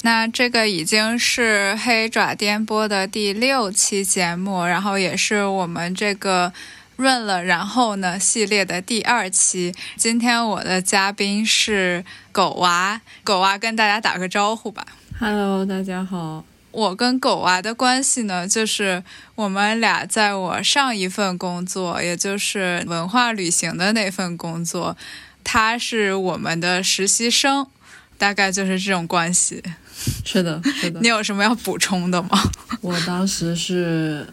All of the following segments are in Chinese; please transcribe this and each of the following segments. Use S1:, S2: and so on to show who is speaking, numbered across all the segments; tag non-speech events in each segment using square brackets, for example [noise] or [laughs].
S1: 那这个已经是黑爪颠簸的第六期节目，然后也是我们这个润了然后呢系列的第二期。今天我的嘉宾是狗娃，狗娃跟大家打个招呼吧。
S2: Hello，大家好。
S1: 我跟狗娃的关系呢，就是我们俩在我上一份工作，也就是文化旅行的那份工作，他是我们的实习生，大概就是这种关系。
S2: 是的，是的。
S1: 你有什么要补充的吗？ [laughs]
S2: 我当时是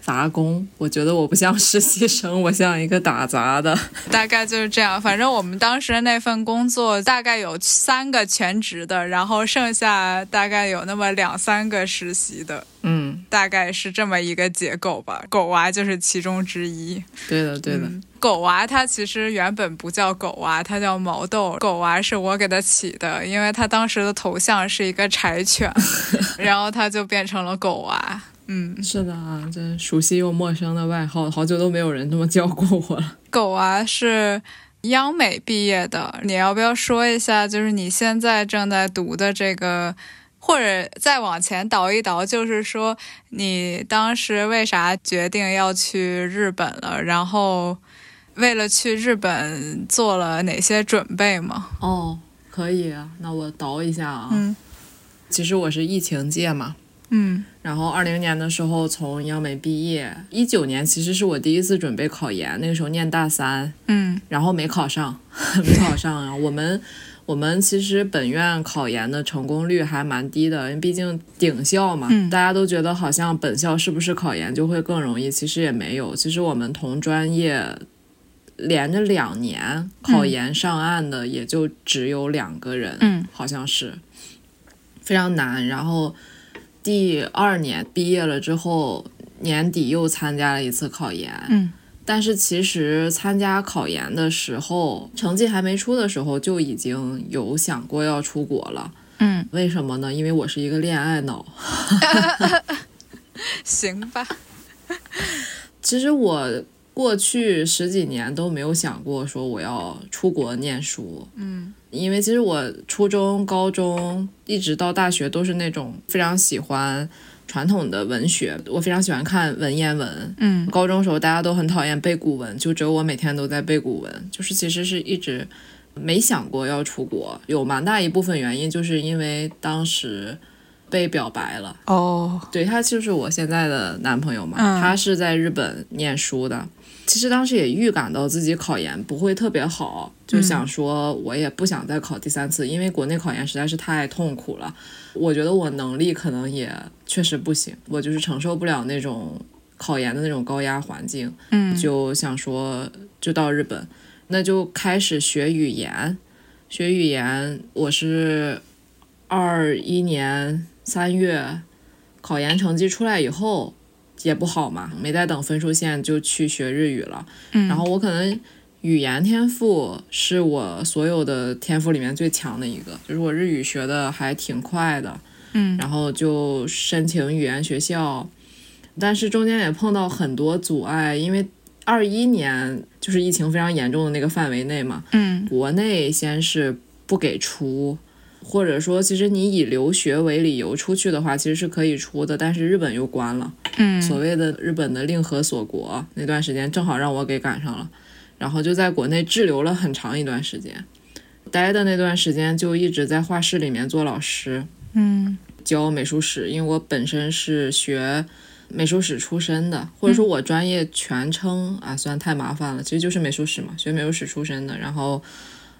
S2: 杂工，我觉得我不像实习生，我像一个打杂的。
S1: 大概就是这样。反正我们当时那份工作大概有三个全职的，然后剩下大概有那么两三个实习的，
S2: 嗯，
S1: 大概是这么一个结构吧。狗娃就是其中之一。
S2: 对的，对的。
S1: 嗯狗娃它其实原本不叫狗娃，它叫毛豆。狗娃是我给它起的，因为它当时的头像是一个柴犬，然后它就变成了狗娃。嗯，
S2: 是的啊，这熟悉又陌生的外号，好久都没有人这么叫过我了。
S1: 狗娃是央美毕业的，你要不要说一下，就是你现在正在读的这个？或者再往前倒一倒，就是说你当时为啥决定要去日本了？然后为了去日本做了哪些准备吗？
S2: 哦，可以啊，那我倒一下啊。
S1: 嗯
S2: 其实我是疫情届嘛，
S1: 嗯
S2: 然后二零年的时候从央美毕业，一九年其实是我第一次准备考研，那个时候念大三，
S1: 嗯
S2: 然后没考上， [laughs] 没考上啊。我们我们其实本院考研的成功率还蛮低的，因为毕竟顶校嘛，
S1: 嗯
S2: 大家都觉得好像本校是不是考研就会更容易，其实也没有。其实我们同专业连着两年考研上岸的也就只有两个人，
S1: 嗯
S2: 好像是非常难。然后第二年毕业了之后，年底又参加了一次考研，
S1: 嗯
S2: 但是其实参加考研的时候，成绩还没出的时候就已经有想过要出国了。
S1: 嗯，
S2: 为什么呢？因为我是一个恋爱脑。
S1: [laughs] 行吧，
S2: 其实我过去十几年都没有想过说我要出国念书。
S1: 嗯
S2: 因为其实我初中、高中一直到大学都是那种非常喜欢传统的文学，我非常喜欢看文言文。
S1: 嗯
S2: 高中时候大家都很讨厌背古文，就只有我每天都在背古文，就是其实是一直没想过要出国，有蛮大一部分原因就是因为当时被表白了。
S1: 哦
S2: 对他就是我现在的男朋友嘛，
S1: 嗯
S2: 他是在日本念书的。其实当时也预感到自己考研不会特别好，就想说我也不想再考第三次，因为国内考研实在是太痛苦了。我觉得我能力可能也确实不行，我就是承受不了那种考研的那种高压环境，
S1: 嗯
S2: 就想说就到日本，那就开始学语言。学语言，我是二一年三月考研成绩出来以后也不好嘛，没再等分数线就去学日语了。
S1: 嗯
S2: 然后我可能语言天赋是我所有的天赋里面最强的一个，就是我日语学的还挺快的。
S1: 嗯
S2: 然后就申请语言学校，但是中间也碰到很多阻碍，因为二一年就是疫情非常严重的那个范围内嘛，
S1: 嗯
S2: 国内先是不给出，或者说其实你以留学为理由出去的话，其实是可以出的，但是日本又关了，
S1: 嗯
S2: 所谓的日本的令和锁国那段时间正好让我给赶上了，然后就在国内滞留了很长一段时间，待的那段时间就一直在画室里面做老师，
S1: 嗯
S2: 教美术史，因为我本身是学美术史出身的，或者说我专业全称啊，虽然太麻烦了，其实就是美术史嘛，学美术史出身的，然后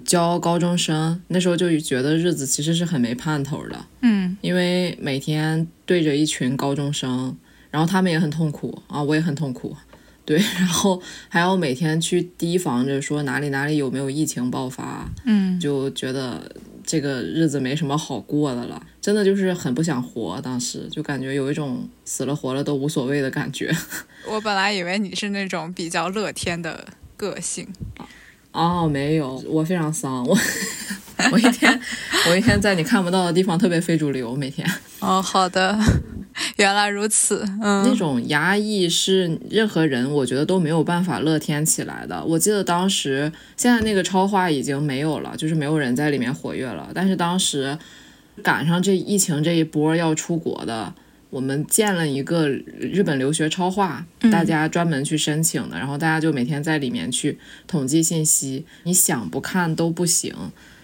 S2: 教高中生，那时候就觉得日子其实是很没盼头的，
S1: 嗯
S2: 因为每天对着一群高中生，然后他们也很痛苦啊，我也很痛苦，对，然后还要每天去提防着说哪里哪里有没有疫情爆发，
S1: 嗯
S2: 就觉得这个日子没什么好过的了，真的就是很不想活。当时就感觉有一种死了活了都无所谓的感觉。
S1: 我本来以为你是那种比较乐天的个性。
S2: 哦，没有，我非常丧，我 [laughs] 我一天我一天在你看不到的地方特别非主流，每天
S1: 哦，好的， [laughs] 原来如此。
S2: 那
S1: 嗯
S2: 种压抑是任何人我觉得都没有办法乐天起来的。我记得当时现在那个超话已经没有了，就是没有人在里面活跃了，但是当时。赶上这疫情这一波要出国的，我们建了一个日本留学超话，大家专门去申请的，然后大家就每天在里面去统计信息，你想不看都不行。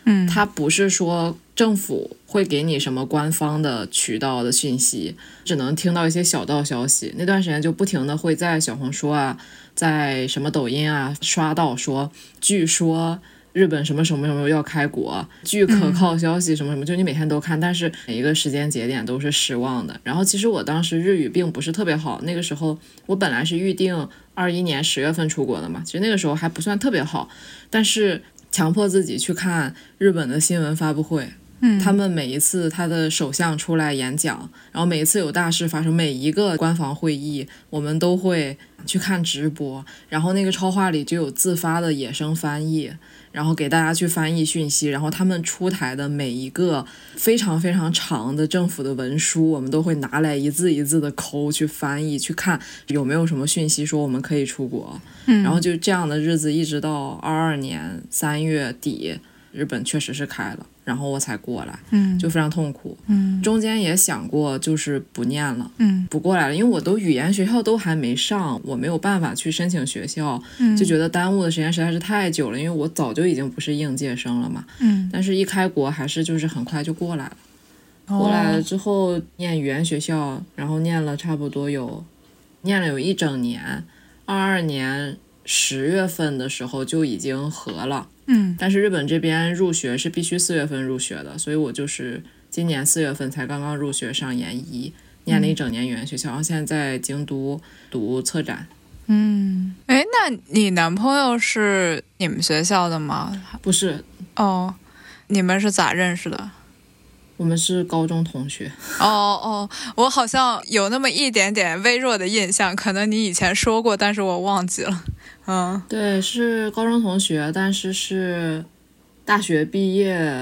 S1: 嗯，
S2: 它不是说政府会给你什么官方的渠道的信息，只能听到一些小道消息。那段时间就不停的会在小红书啊，在什么抖音啊刷到说，据说日本什么什么什么要开国，据可靠消息什么什么，就你每天都看，但是每一个时间节点都是失望的。然后其实我当时日语并不是特别好，那个时候我本来是预定二一年十月份出国的嘛，其实那个时候还不算特别好，但是强迫自己去看日本的新闻发布会。
S1: 嗯
S2: 他们每一次他的首相出来演讲，然后每一次有大事发生，每一个官方会议，我们都会去看直播。然后那个超话里就有自发的野生翻译，然后给大家去翻译讯息。然后他们出台的每一个非常非常长的政府的文书，我们都会拿来一字一字的抠去翻译，去看有没有什么讯息说我们可以出国。然后就这样的日子，一直到二二年三月底，日本确实是开了，然后我才过来，
S1: 嗯
S2: 就非常痛苦。
S1: 嗯
S2: 中间也想过，就是不念了，
S1: 嗯
S2: 不过来了，因为我都语言学校都还没上，我没有办法去申请学校，
S1: 嗯
S2: 就觉得耽误的时间实在是太久了，因为我早就已经不是应届生了嘛。
S1: 嗯，
S2: 但是，一开国还是就是很快就过来了。过
S1: 过
S2: 来了之后念语言学校，然后念了差不多有，念了有一整年。二二年十月份的时候就已经合了，
S1: 嗯
S2: 但是日本这边入学是必须四月份入学的，所以我就是今年四月份才刚刚入学上研一，念了一整年语言学校，然后现在在京都读策展。
S1: 嗯，哎，那你男朋友是你们学校的吗？
S2: 不是，
S1: 哦，你们是咋认识的？
S2: 我们是高中同学。
S1: 哦哦，我好像有那么一点点微弱的印象，可能你以前说过，但是我忘记了。嗯
S2: 对，是高中同学，但是是大学毕业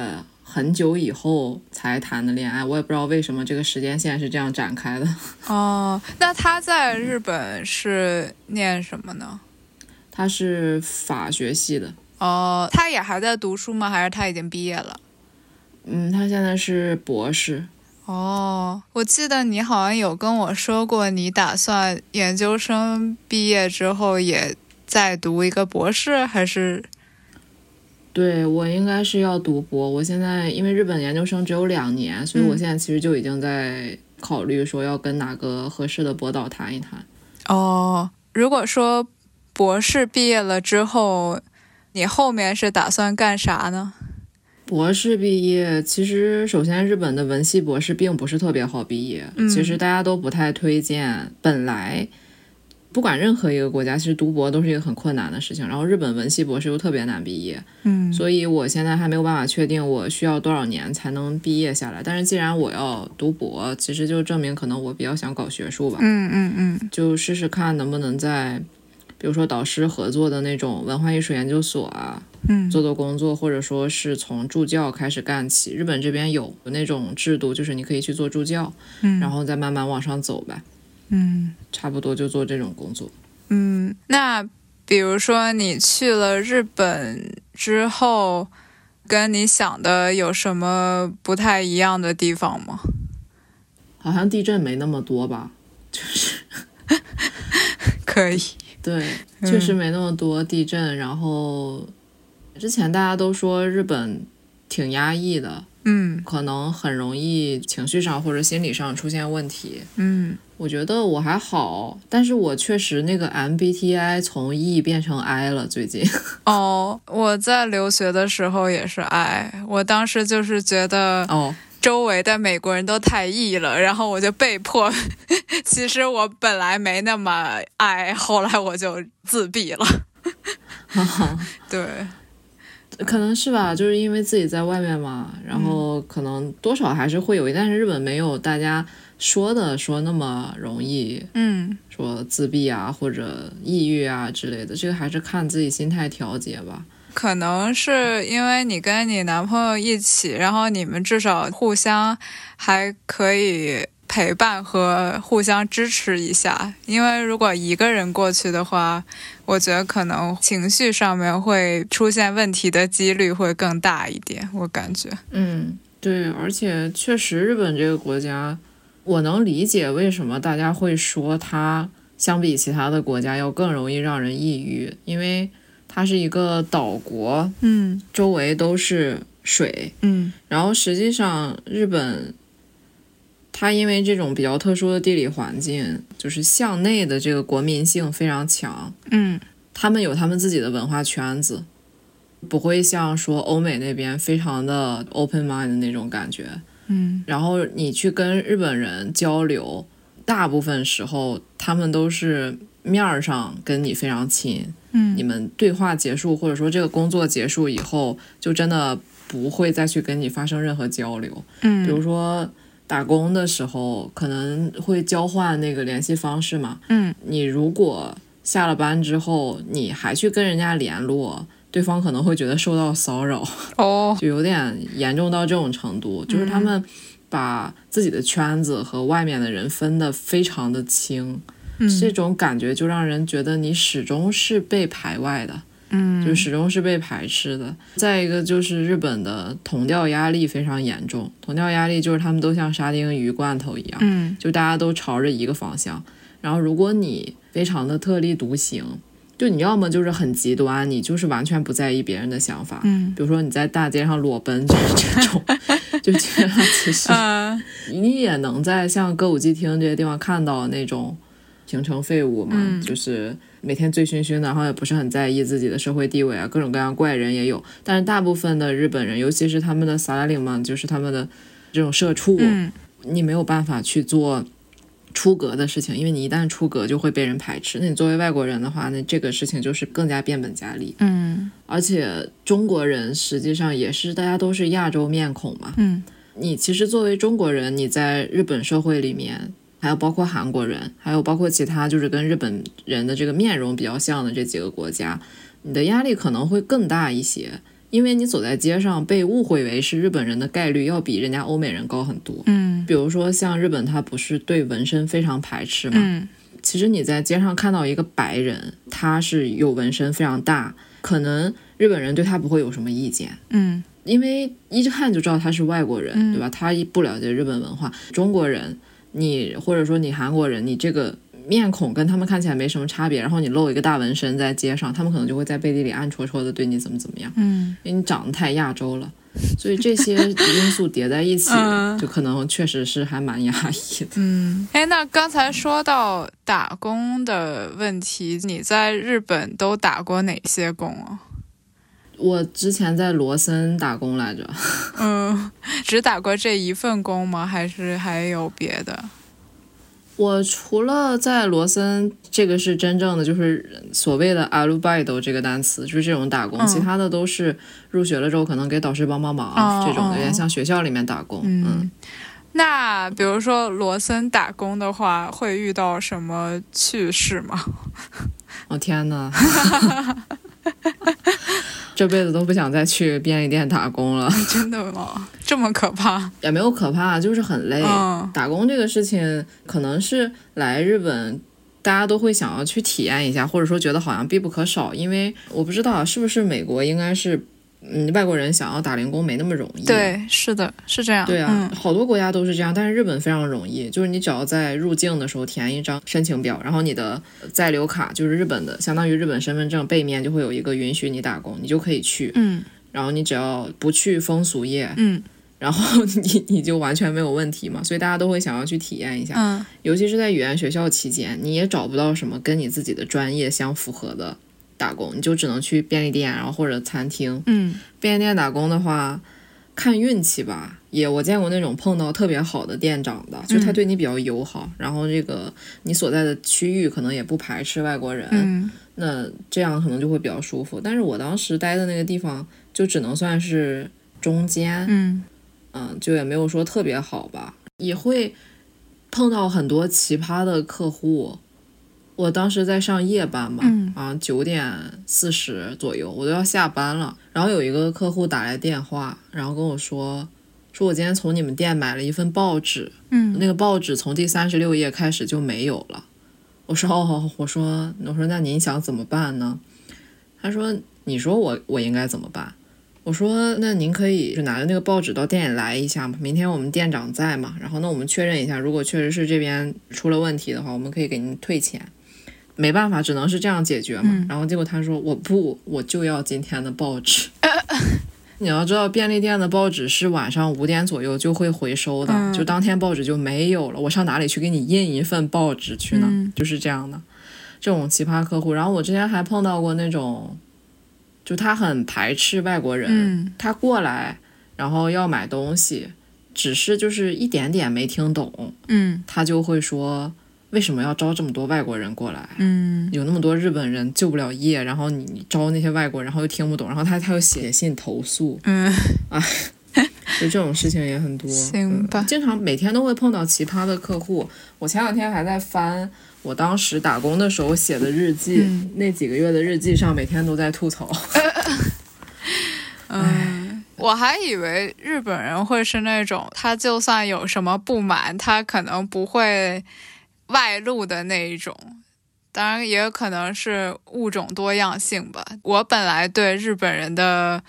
S2: 很久以后才谈的恋爱，我也不知道为什么这个时间线是这样展开的。 [laughs]
S1: 哦，那他在日本是念什么呢？
S2: 他是法学系的，
S1: 哦，他也还在读书吗？还是他已经毕业了？
S2: 嗯，他现在是博士，
S1: 哦，我记得你好像有跟我说过，你打算研究生毕业之后也再读一个博士，还是
S2: 对我应该是要读博。我现在因为日本研究生只有两年，所以我
S1: 嗯
S2: 现在其实就已经在考虑说要跟哪个合适的博导谈一谈。
S1: 哦？如果说博士毕业了之后，你后面是打算干啥呢？
S2: 博士毕业，其实首先日本的文系博士并不是特别好毕业，
S1: 嗯
S2: 其实大家都不太推荐。本来不管任何一个国家，其实读博都是一个很困难的事情，然后日本文系博士又特别难毕业，
S1: 嗯
S2: 所以我现在还没有办法确定我需要多少年才能毕业下来。但是既然我要读博，其实就证明可能我比较想搞学术吧，
S1: 嗯嗯嗯
S2: 就试试看能不能在，比如说导师合作的那种文化艺术研究所啊，
S1: 嗯
S2: 做做工作，或者说是从助教开始干起。日本这边有有那种制度，就是你可以去做助教，
S1: 嗯
S2: 然后再慢慢往上走呗，
S1: 嗯
S2: 差不多就做这种工作。
S1: 嗯。那比如说你去了日本之后，跟你想的有什么不太一样的地方吗？
S2: 好像地震没那么多吧？
S1: 可以。
S2: 对，确实没那么多地震。然后之前大家都说日本挺压抑的，
S1: 嗯
S2: 可能很容易情绪上或者心理上出现问题。
S1: 嗯
S2: 我觉得我还好，但是我确实那个 MBTI 从 E 变成 I 了，最近。
S1: 哦，我在留学的时候也是爱，我当时就是觉得
S2: 哦，
S1: 周围的美国人都太异了，然后我就被迫， [laughs] 其实我本来没那么爱，后来我就自闭了。
S2: 哈哈。
S1: 对，
S2: 可能是吧，就是因为自己在外面嘛，然后可能多少还是会有，但是日本没有大家说的说那么容易
S1: 嗯
S2: 说自闭啊或者抑郁啊之类的，这个还是看自己心态调节吧。
S1: 可能是因为你跟你男朋友一起，然后你们至少互相还可以陪伴和互相支持一下。因为如果一个人过去的话，我觉得可能情绪上面会出现问题的几率会更大一点，我感觉。
S2: 嗯，对，而且确实日本这个国家，我能理解为什么大家会说它相比其他的国家要更容易让人抑郁，因为它是一个岛国，
S1: 嗯
S2: 周围都是水，
S1: 嗯
S2: 然后实际上日本。它因为这种比较特殊的地理环境，就是向内的这个国民性非常强，
S1: 嗯
S2: 他们有他们自己的文化圈子，不会像说欧美那边非常的 open mind 的那种感觉。
S1: 嗯
S2: 然后你去跟日本人交流，大部分时候他们都是面儿上跟你非常亲，
S1: 嗯
S2: 你们对话结束或者说这个工作结束以后，就真的不会再去跟你发生任何交流。比
S1: 嗯
S2: 如说打工的时候，可能会交换那个联系方式嘛。
S1: 嗯，
S2: 你如果下了班之后你还去跟人家联络，对方可能会觉得受到骚扰。 [laughs]
S1: 哦，
S2: 就有点严重到这种程度，就是
S1: 嗯
S2: 他们把自己的圈子和外面的人分得非常的清，这
S1: 嗯
S2: 种感觉就让人觉得你始终是被排外的，
S1: 嗯，
S2: 就始终是被排斥的。再一个就是日本的同调压力非常严重，同调压力就是他们都像沙丁鱼罐头一样，
S1: 嗯
S2: 就大家都朝着一个方向。然后如果你非常的特立独行，就你要么就是很极端，你就是完全不在意别人的想法，
S1: 嗯
S2: 比如说你在大街上裸奔，就是这种， [laughs] 就基本上其实
S1: 呃
S2: 你也能在像歌舞伎町这些地方看到那种平成废物嘛，
S1: 嗯
S2: 就是每天醉醺醺的，然后也不是很在意自己的社会地位啊，各种各样怪人也有。但是大部分的日本人，尤其是他们的萨拉领嘛，就是他们的这种社畜，
S1: 嗯
S2: 你没有办法去做出格的事情，因为你一旦出格就会被人排斥。那你作为外国人的话，那这个事情就是更加变本加厉。
S1: 嗯
S2: 而且中国人实际上也是大家都是亚洲面孔嘛。
S1: 嗯
S2: 你其实作为中国人，你在日本社会里面，还有包括韩国人，还有包括其他就是跟日本人的这个面容比较像的这几个国家，你的压力可能会更大一些，因为你走在街上被误会为是日本人的概率要比人家欧美人高很多。
S1: 嗯
S2: 比如说像日本，它不是对纹身非常排斥嘛，
S1: 嗯
S2: 其实你在街上看到一个白人，他是有纹身非常大，可能日本人对他不会有什么意见，
S1: 嗯
S2: 因为一看就知道他是外国人，
S1: 嗯
S2: 对吧？他不了解日本文化。中国人，你或者说你韩国人，你这个面孔跟他们看起来没什么差别，然后你露一个大纹身在街上，他们可能就会在背地里暗戳戳的对你怎么怎么样，
S1: 嗯
S2: 因为你长得太亚洲了。所以这些因素叠在一起
S1: 嗯，
S2: 就可能确实是还蛮压抑的。
S1: 嗯，哎，那刚才说到打工的问题，你在日本都打过哪些工啊？
S2: 我之前在罗森打工来着，
S1: 嗯，只打过这一份工吗？还是还有别的？
S2: 我除了在罗森，这个是真正的就是所谓的 a l u b i d o 这个单词，就是这种打工，
S1: 嗯
S2: 其他的都是入学了之后可能给导师帮帮忙、
S1: 哦
S2: 这种的，有
S1: 哦
S2: 点像学校里面打工。
S1: 嗯，那比如说罗森打工的话，会遇到什么趣事吗？
S2: 我、哦天呐， [laughs] 这辈子都不想再去便利店打工了，
S1: 真的吗？这么可怕？
S2: 也没有可怕，就是很累。
S1: 嗯
S2: 打工这个事情，可能是来日本。大家都会想要去体验一下，或者说觉得好像必不可少，因为我不知道是不是美国应该是，嗯，外国人想要打零工没那么容易。，
S1: 对，是的，是这样。
S2: 对啊，
S1: 嗯
S2: 好多国家都是这样，但是日本非常容易，就是你只要在入境的时候填一张申请表，然后你的在留卡就是日本的，相当于日本身份证背面就会有一个允许你打工，你就可以去，
S1: 嗯
S2: 然后你只要不去风俗业，
S1: 嗯
S2: 然后你 [laughs] 你就完全没有问题嘛，所以大家都会想要去体验一下。
S1: 嗯
S2: 尤其是在语言学校期间，你也找不到什么跟你自己的专业相符合的打工，你就只能去便利店，然后或者餐厅。
S1: 嗯
S2: 便利店打工的话，看运气吧。也我见过那种碰到特别好的店长的，就
S1: 嗯
S2: 他对你比较友好，然后这个你所在的区域可能也不排斥外国人，
S1: 嗯
S2: 那这样可能就会比较舒服。但是我当时待的那个地方就只能算是中间，
S1: 嗯
S2: 嗯，就也没有说特别好吧，也会碰到很多奇葩的客户。我当时在上夜班嘛，
S1: 嗯
S2: 啊，九点四十左右我都要下班了，然后有一个客户打来电话，然后跟我说，说我今天从你们店买了一份报纸，
S1: 嗯
S2: 那个报纸从第三十六页开始就没有了。我说哦，我说我说那您想怎么办呢？他说你说我我应该怎么办？我说那您可以就拿着那个报纸到店里来一下嘛，明天我们店长在嘛，然后那我们确认一下，如果确实是这边出了问题的话，我们可以给您退钱。没办法，只能是这样解决嘛。然后结果他说我不，我就要今天的报纸。 [laughs] 你要知道，便利店的报纸是晚上五点左右就会回收的，就当天报纸就没有了。我上哪里去给你印一份报纸去呢？就是这样的，这种奇葩客户。然后我之前还碰到过那种，就他很排斥外国人，
S1: 嗯
S2: 他过来然后要买东西，只是就是一点点没听懂，
S1: 嗯
S2: 他就会说为什么要招这么多外国人过来？
S1: 嗯
S2: 有那么多日本人就不了业，然后你你招那些外国人，然后又听不懂，然后他他又写信投诉，
S1: 嗯，
S2: 就这种事情也很多。
S1: 行吧
S2: 嗯经常每天都会碰到奇葩的客户。我前两天还在翻我当时打工的时候写的日记，
S1: 嗯
S2: 那几个月的日记上每天都在吐槽。
S1: 嗯，我还以为日本人会是那种，他就算有什么不满，他可能不会外露的那一种。当然，也有可能是物种多样性吧。我本来对日本人的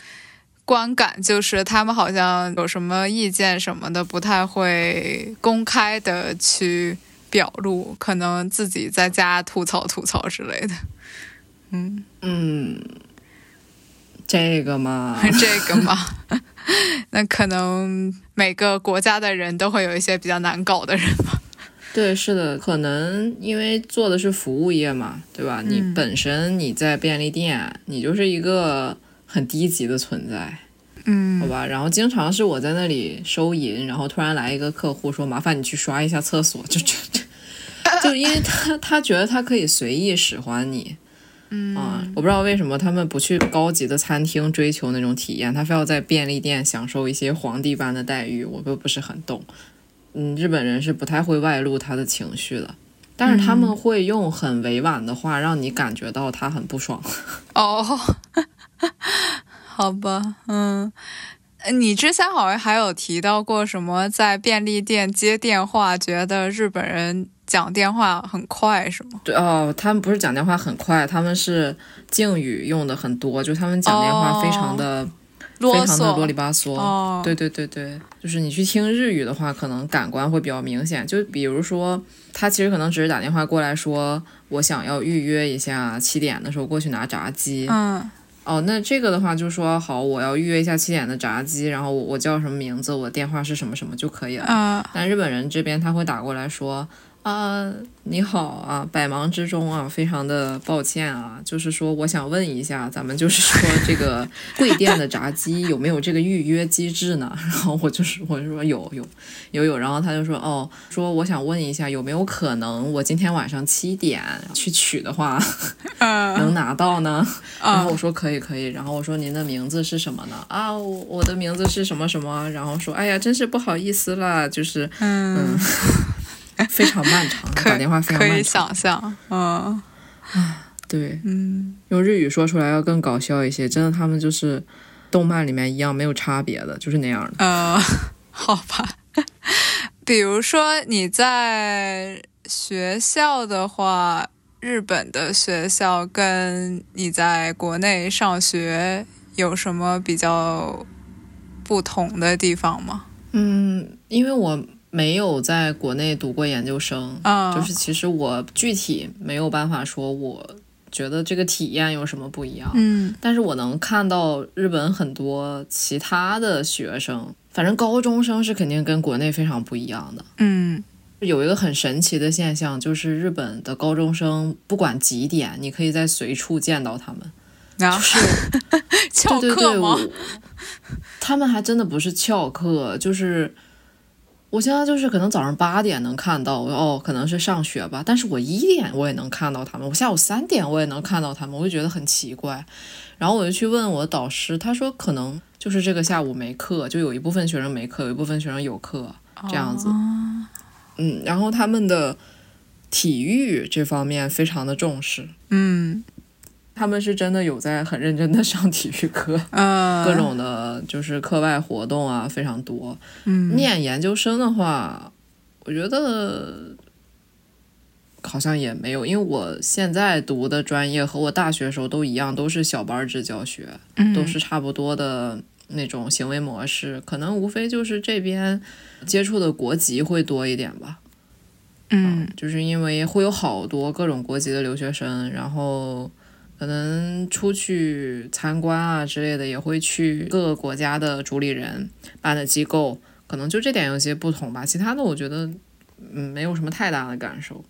S1: 观感就是，他们好像有什么意见什么的，不太会公开的去表露，可能自己在家吐槽吐槽之类的。嗯。
S2: 嗯，这个嘛，
S1: [laughs] 这个嘛，那可能每个国家的人都会有一些比较难搞的人吧。
S2: 对，是的，可能因为做的是服务业嘛，对吧？你本身你在便利店，你就是一个很低级的存在，好
S1: 嗯
S2: 吧？然后经常是我在那里收银，然后突然来一个客户说：“麻烦你去刷一下厕所。”就就就 [laughs] 就因为他他觉得他可以随意使唤你。嗯啊，我不知道为什么他们不去高级的餐厅追求那种体验，他非要在便利店享受一些皇帝般的待遇，我都不是很懂。嗯，日本人是不太会外露他的情绪的，但是他
S1: 嗯
S2: 们会用很委婉的话让你感觉到他很不爽。 [laughs]
S1: 哦， [laughs] 好吧，嗯，你之前好像还有提到过什么在便利店接电话，觉得日本人讲电话很快是吗？
S2: 对哦，他们不是讲电话很快，他们是敬语用的很多，就他们讲电话非常的、
S1: 哦啰
S2: 非常的啰里
S1: 嗦。
S2: 吧嗦。
S1: 哦，
S2: 对对对对，就是你去听日语的话，可能感官会比较明显。就比如说，他其实可能只是打电话过来说，我想要预约一下七点的时候过去拿炸鸡。
S1: 嗯
S2: 哦，那这个的话就说好，我要预约一下七点的炸鸡，然后我我叫什么名字，我电话是什么什么就可以了。
S1: 嗯
S2: 但日本人这边他会打过来说啊，你好啊，百忙之中啊，非常的抱歉啊，就是说我想问一下，咱们就是说这个贵店的炸鸡有没有这个预约机制呢？ [laughs] 然后我就是我就说有有有有，然后他就说哦，说我想问一下有没有可能我今天晚上七点去取的话
S1: 嗯
S2: 能拿到呢？然后我
S1: 嗯
S2: 说可以可以，然后我说您的名字是什么呢？啊，我我的名字是什么什么？然后说哎呀，真是不好意思啦，就是嗯
S1: 嗯，
S2: 非常漫长，
S1: [laughs] 可
S2: 打电话非常
S1: 可以
S2: 漫
S1: 想
S2: 长。
S1: 象。嗯
S2: 对，
S1: 嗯
S2: 用日语说出来要更搞笑一些，真的，他们就是动漫里面一样没有差别的，就是那样的。
S1: 呃， [laughs] 好吧。比如说你在学校的话，日本的学校跟你在国内上学有什么比较不同的地方吗？
S2: 嗯，因为我没有在国内读过研究生，
S1: 啊、
S2: 就是其实我具体没有办法说，我觉得这个体验有什么不一样。
S1: 嗯
S2: 但是我能看到日本很多其他的学生，反正高中生是肯定跟国内非常不一样的。
S1: 嗯
S2: 有一个很神奇的现象，就是日本的高中生不管几点，你可以在随处见到他们。
S1: 然后
S2: 是
S1: [laughs]
S2: [laughs]
S1: 翘
S2: 对对对，
S1: 课吗
S2: 我？他们还真的不是翘课，就是我现在就是可能早上八点能看到，哦，可能是上学吧，但是我一点我也能看到他们，我下午三点我也能看到他们，我就觉得很奇怪。然后我就去问我导师，他说可能就是这个下午没课，就有一部分学生没课，有一部分学生有课。这样子
S1: 哦
S2: 嗯，然后他们的体育这方面非常的重视，
S1: 嗯
S2: 他们是真的有在很认真的上体育课，
S1: 呃
S2: 各种的就是课外活动啊非常多。
S1: 嗯
S2: 念研究生的话，我觉得好像也没有，因为我现在读的专业和我大学时候都一样，都是小班制教学，
S1: 嗯
S2: 都是差不多的那种行为模式，可能无非就是这边接触的国籍会多一点吧。
S1: 嗯
S2: 就是因为会有好多各种国籍的留学生，然后可能出去参观啊之类的，也会去各个国家的主理人办的机构，可能就这点有些不同吧。其他的我觉得，嗯，没有什么太大的感受。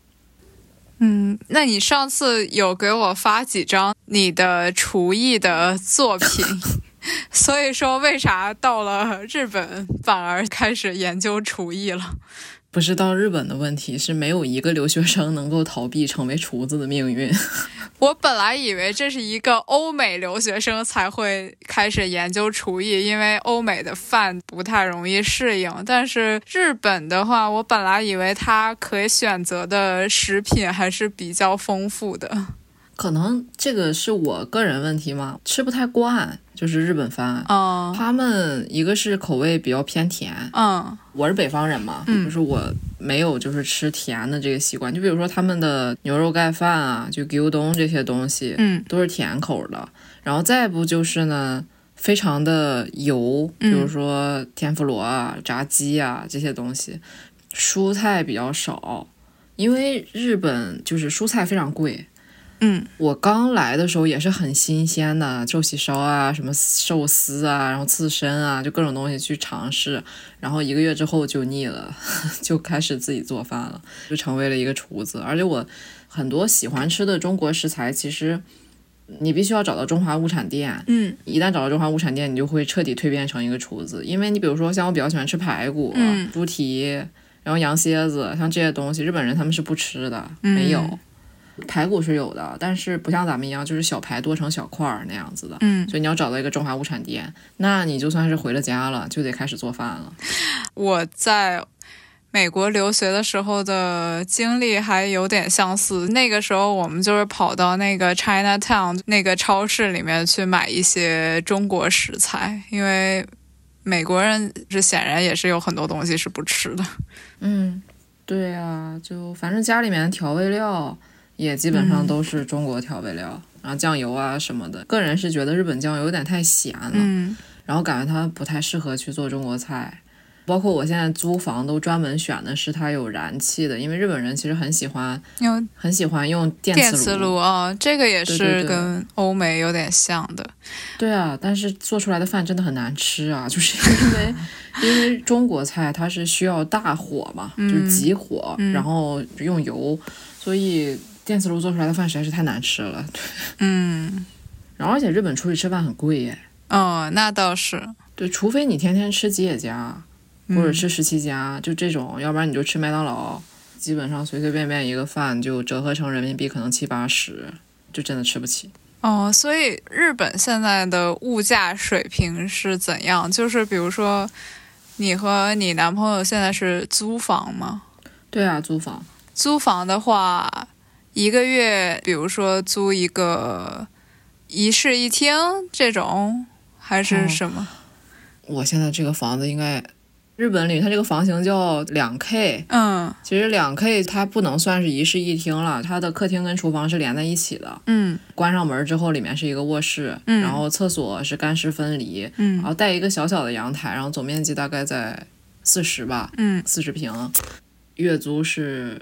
S1: 嗯，那你上次有给我发几张你的厨艺的作品， [laughs] 所以说为啥到了日本反而开始研究厨艺了？
S2: 不是到日本的问题，是没有一个留学生能够逃避成为厨子的命运。 [laughs]
S1: 我本来以为这是一个欧美留学生才会开始研究厨艺，因为欧美的饭不太容易适应。但是日本的话，我本来以为它可以选择的食品还是比较丰富的。
S2: 可能这个是我个人问题嘛，吃不太惯，就是日本饭。
S1: 嗯
S2: 他们一个是口味比较偏甜，
S1: 嗯
S2: 我是北方人嘛，就是我没有就是吃甜的这个习惯。就比如说他们的牛肉盖饭啊，就牛东这些东西，
S1: 嗯
S2: 都是甜口的。然后再不就是呢，非常的油，比如说天妇罗啊、炸鸡啊这些东西，蔬菜比较少，因为日本就是蔬菜非常贵。
S1: 嗯
S2: 我刚来的时候也是很新鲜的，寿喜烧啊，什么寿司啊，然后刺身啊，就各种东西去尝试。然后一个月之后就腻了， [laughs] 就开始自己做饭了，就成为了一个厨子。而且我很多喜欢吃的中国食材，其实你必须要找到中华物产店。
S1: 嗯
S2: 一旦找到中华物产店，你就会彻底蜕变成一个厨子。因为你比如说，像我比较喜欢吃排骨、啊
S1: 嗯
S2: 猪蹄，然后羊蝎子，像这些东西，日本人他们是不吃的，没有
S1: 嗯。
S2: 排骨是有的，但是不像咱们一样，就是小排剁成小块儿那样子的。
S1: 嗯，
S2: 所以你要找到一个中华物产店，那你就算是回了家了，就得开始做饭了。
S1: 我在美国留学的时候的经历还有点相似。那个时候我们就是跑到那个 Chinatown 那个超市里面去买一些中国食材，因为美国人是显然也是有很多东西是不吃的。
S2: 嗯，对啊，就反正家里面调味料也基本
S1: 嗯
S2: 上都是中国调味料，然后酱油啊什么的。个人是觉得日本酱油有点太咸了，
S1: 嗯
S2: 然后感觉它不太适合去做中国菜。包括我现在租房都专门选的是它有燃气的，因为日本人其实很喜欢
S1: 有
S2: 很喜欢用电
S1: 电
S2: 磁
S1: 磁炉啊、这个也
S2: 对对
S1: 是
S2: 对
S1: 跟欧美有点像的。
S2: 对啊，但是做出来的饭真的很难吃啊，就是因 [laughs] 为因为中国菜它是需要大火嘛，就是急火，然后用油，所以电磁炉做出来的饭实在是太难吃了。对
S1: 嗯
S2: 然后而且日本出去吃饭很贵耶，
S1: 哦，那倒是。
S2: 对，除非你天天吃吉野家
S1: 嗯
S2: 或者吃十七家，就这种，要不然你就吃麦当劳，基本上随随便便一个饭就折合成人民币可能七八十，就真的吃不起。
S1: 哦，所以日本现在的物价水平是怎样？就是比如说，你和你男朋友现在是租房吗？
S2: 对啊，租房。
S1: 租房的话，一个月，比如说租一个一室一厅这种，还是
S2: 哦
S1: 什么？
S2: 我现在这个房子应该，日本里它这个房型叫两 K，
S1: 嗯
S2: 其实两 K 它不能算是一室一厅了，它的客厅跟厨房是连在一起的，
S1: 嗯
S2: 关上门之后里面是一个卧室，
S1: 嗯
S2: 然后厕所是干湿分离，然
S1: 嗯
S2: 后带一个小小的阳台，然后总面积大概在四十吧，
S1: 嗯
S2: 四十平，月租是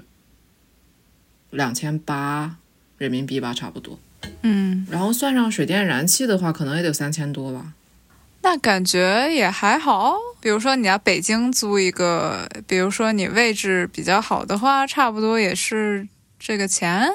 S2: 两千八人民币吧，差不多，
S1: 嗯，
S2: 然后算上水电燃气的话，可能也得三千多吧。
S1: 那感觉也还好。比如说你在北京租一个，比如说你位置比较好的话，差不多也是这个钱。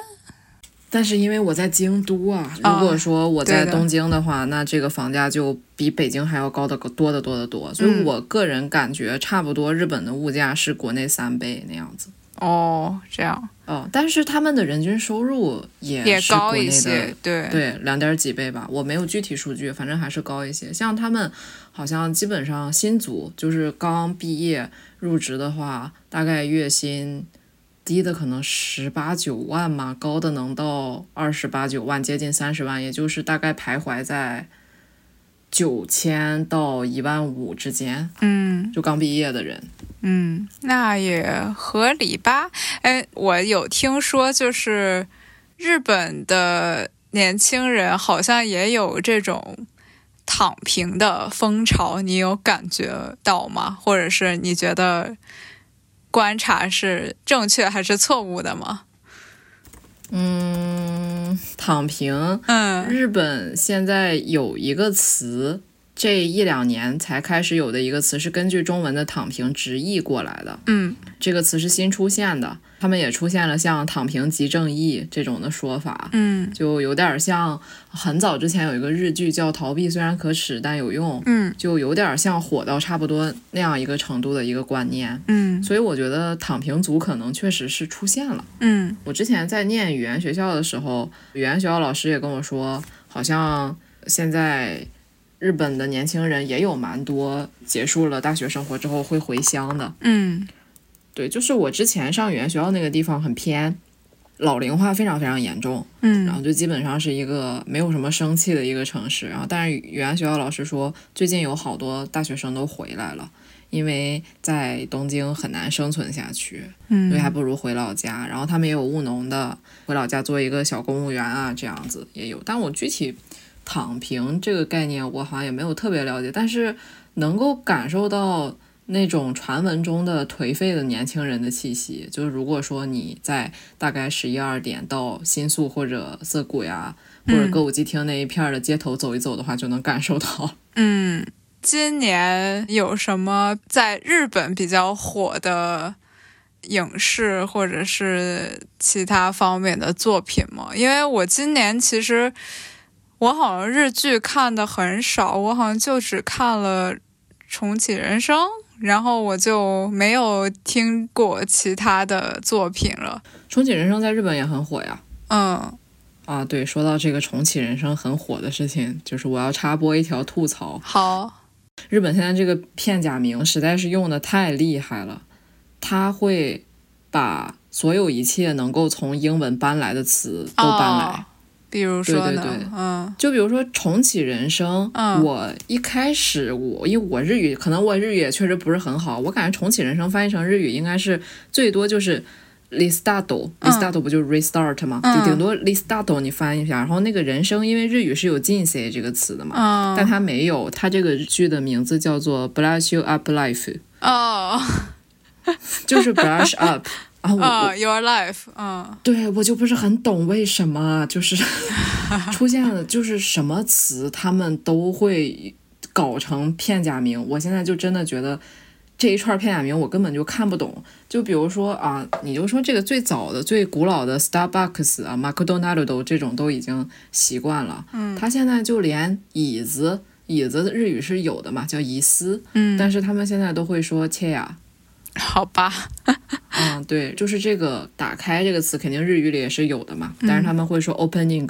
S2: 但是因为我在京都啊，如
S1: 啊
S2: 果说我在
S1: 对的
S2: 东京的话，那这个房价就比北京还要高的多得多得多。所以
S1: 嗯
S2: 我个人感觉，差不多日本的物价是国内三倍那样子。
S1: 哦，这样
S2: 哦，但是他们的人均收入也
S1: 也
S2: 呃是
S1: 高
S2: 国内
S1: 一
S2: 的
S1: 些，对，
S2: 对，两点几倍吧，我没有具体数据，反正还是高一些。像他们好像基本上新卒，就是刚毕业入职的话，大概月薪低的可能十八九万嘛，高的能到二十八九万，接近三十万，也就是大概徘徊在九千到一万五之间，
S1: 嗯
S2: 就刚毕业的人。
S1: 嗯，那也合理吧？哎，我有听说，就是日本的年轻人好像也有这种躺平的风潮，你有感觉到吗？或者是你觉得观察是正确还是错误的吗？
S2: 嗯，躺平。
S1: 嗯
S2: 日本现在有一个词，这一两年才开始有的一个词是根据中文的“躺平”直译过来的。
S1: 嗯
S2: 这个词是新出现的，他们也出现了像“躺平即正义”这种的说法，
S1: 嗯
S2: 就有点像很早之前有一个日剧叫《逃避虽然可耻但有用》，
S1: 嗯
S2: 就有点像火到差不多那样一个程度的一个观念。
S1: 嗯
S2: 所以我觉得“躺平族”可能确实是出现了。
S1: 嗯
S2: 我之前在念语言学校的时候，语言学校老师也跟我说，好像现在日本的年轻人也有蛮多结束了大学生活之后会回乡的。
S1: 嗯
S2: 对，就是我之前上语言学校那个地方很偏，老龄化非常非常严重，然
S1: 嗯
S2: 后就基本上是一个没有什么生气的一个城市。然后，但是语言学校老师说，最近有好多大学生都回来了，因为在东京很难生存下去。
S1: 嗯，
S2: 所以还不如回老家。然后他们也有务农的，回老家做一个小公务员啊，这样子也有。但我具体“躺平”这个概念，我好像也没有特别了解，但是能够感受到那种传闻中的颓废的年轻人的气息。就是如果说你在大概十一二点到新宿或者涩谷呀。或者
S1: 嗯
S2: 歌舞伎町那一片儿的街头走一走的话，就能感受到。 [laughs]
S1: 嗯，今年有什么在日本比较火的影视或者是其他方面的作品吗？因为我今年其实我好像日剧看的很少，我好像就只看了《重启人生》，然后我就没有听过其他的作品了。
S2: 重启人生在日本也很火呀。
S1: 嗯
S2: 啊，对，说到这个重启人生很火的事情，就是我要插播一条吐槽，
S1: 好，
S2: 日本现在这个片假名实在是用的太厉害了，它会把所有一切能够从英文搬来的词都搬来。
S1: 哦比如说呢，
S2: 对对对
S1: 嗯
S2: 就比如说重启人生，
S1: 嗯
S2: 我一开始我因为我日语可能我日语也确实不是很好，我感觉重启人生翻译成日语应该是最多就是 restart，restart、
S1: 嗯
S2: restart 不就是 restart 吗？
S1: 嗯
S2: 就顶多 restart 你翻译一下，然后那个人生因为日语是有近 say 这个词的嘛，但
S1: 嗯
S2: 它没有，它这个剧的名字叫做 brush you up life，
S1: 哦
S2: 就是
S1: [laughs]
S2: brush up 啊，我、我
S1: 哦，Your Life，嗯。
S2: 对我就不是很懂为什么就是 [laughs] 出现了，就是什么词他们都会搞成片假名。我现在就真的觉得这一串片假名我根本就看不懂。就比如说啊，你就说这个最早的、最古老的 Starbucks 啊、麦克 d 纳 n 都这种都已经习惯了。嗯，他现在就连椅子，椅子的日语是有的嘛，叫椅思。
S1: 嗯
S2: 但是他们现在都会说切呀。
S1: 好吧，
S2: 嗯，对，就是这个“打开”这个词，肯定日语里也是有的嘛，但是他们会说 opening、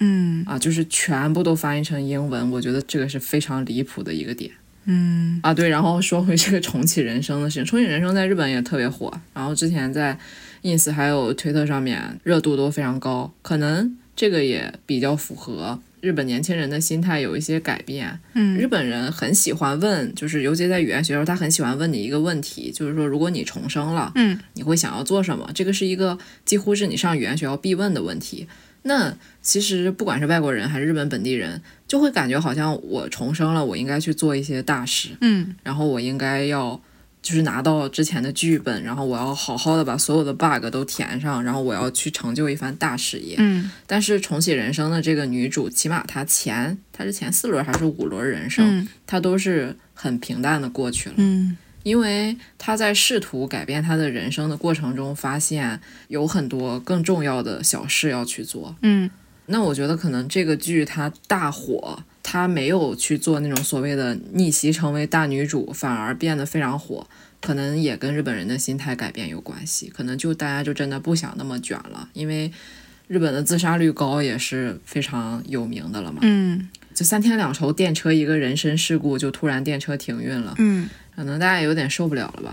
S1: 嗯
S2: 啊，就是全部都翻译成英文，我觉得这个是非常离谱的一个点
S1: 嗯
S2: 啊。对，然后说回这个重启人生的事情，重启人生在日本也特别火，然后之前在 ins 还有推特上面热度都非常高，可能这个也比较符合日本年轻人的心态有一些改变，日
S1: 嗯
S2: 本人很喜欢问，就是尤其在语言学校，他很喜欢问你一个问题，就是说，如果你重生了，
S1: 嗯，
S2: 你会想要做什么？这个是一个几乎是你上语言学校必问的问题。那其实不管是外国人还是日本本地人，就会感觉好像我重生了，我应该去做一些大事，
S1: 嗯
S2: 然后我应该要就是拿到之前的剧本，然后我要好好的把所有的 bug 都填上，然后我要去成就一番大事业。
S1: 嗯
S2: 但是重启人生的这个女主，起码她前她是前四轮还是五轮人生，
S1: 嗯
S2: 她都是很平淡的过去了，
S1: 嗯
S2: 因为她在试图改变她的人生的过程中，发现有很多更重要的小事要去做。
S1: 嗯
S2: 那我觉得可能这个剧它大火，它没有去做那种所谓的逆袭成为大女主，反而变得非常火。可能也跟日本人的心态改变有关系，可能就大家就真的不想那么卷了，因为日本的自杀率高也是非常有名的了嘛。
S1: 嗯
S2: 就三天两头电车一个人身事故，就突然电车停运了，
S1: 嗯。
S2: 可能大家有点受不了了吧。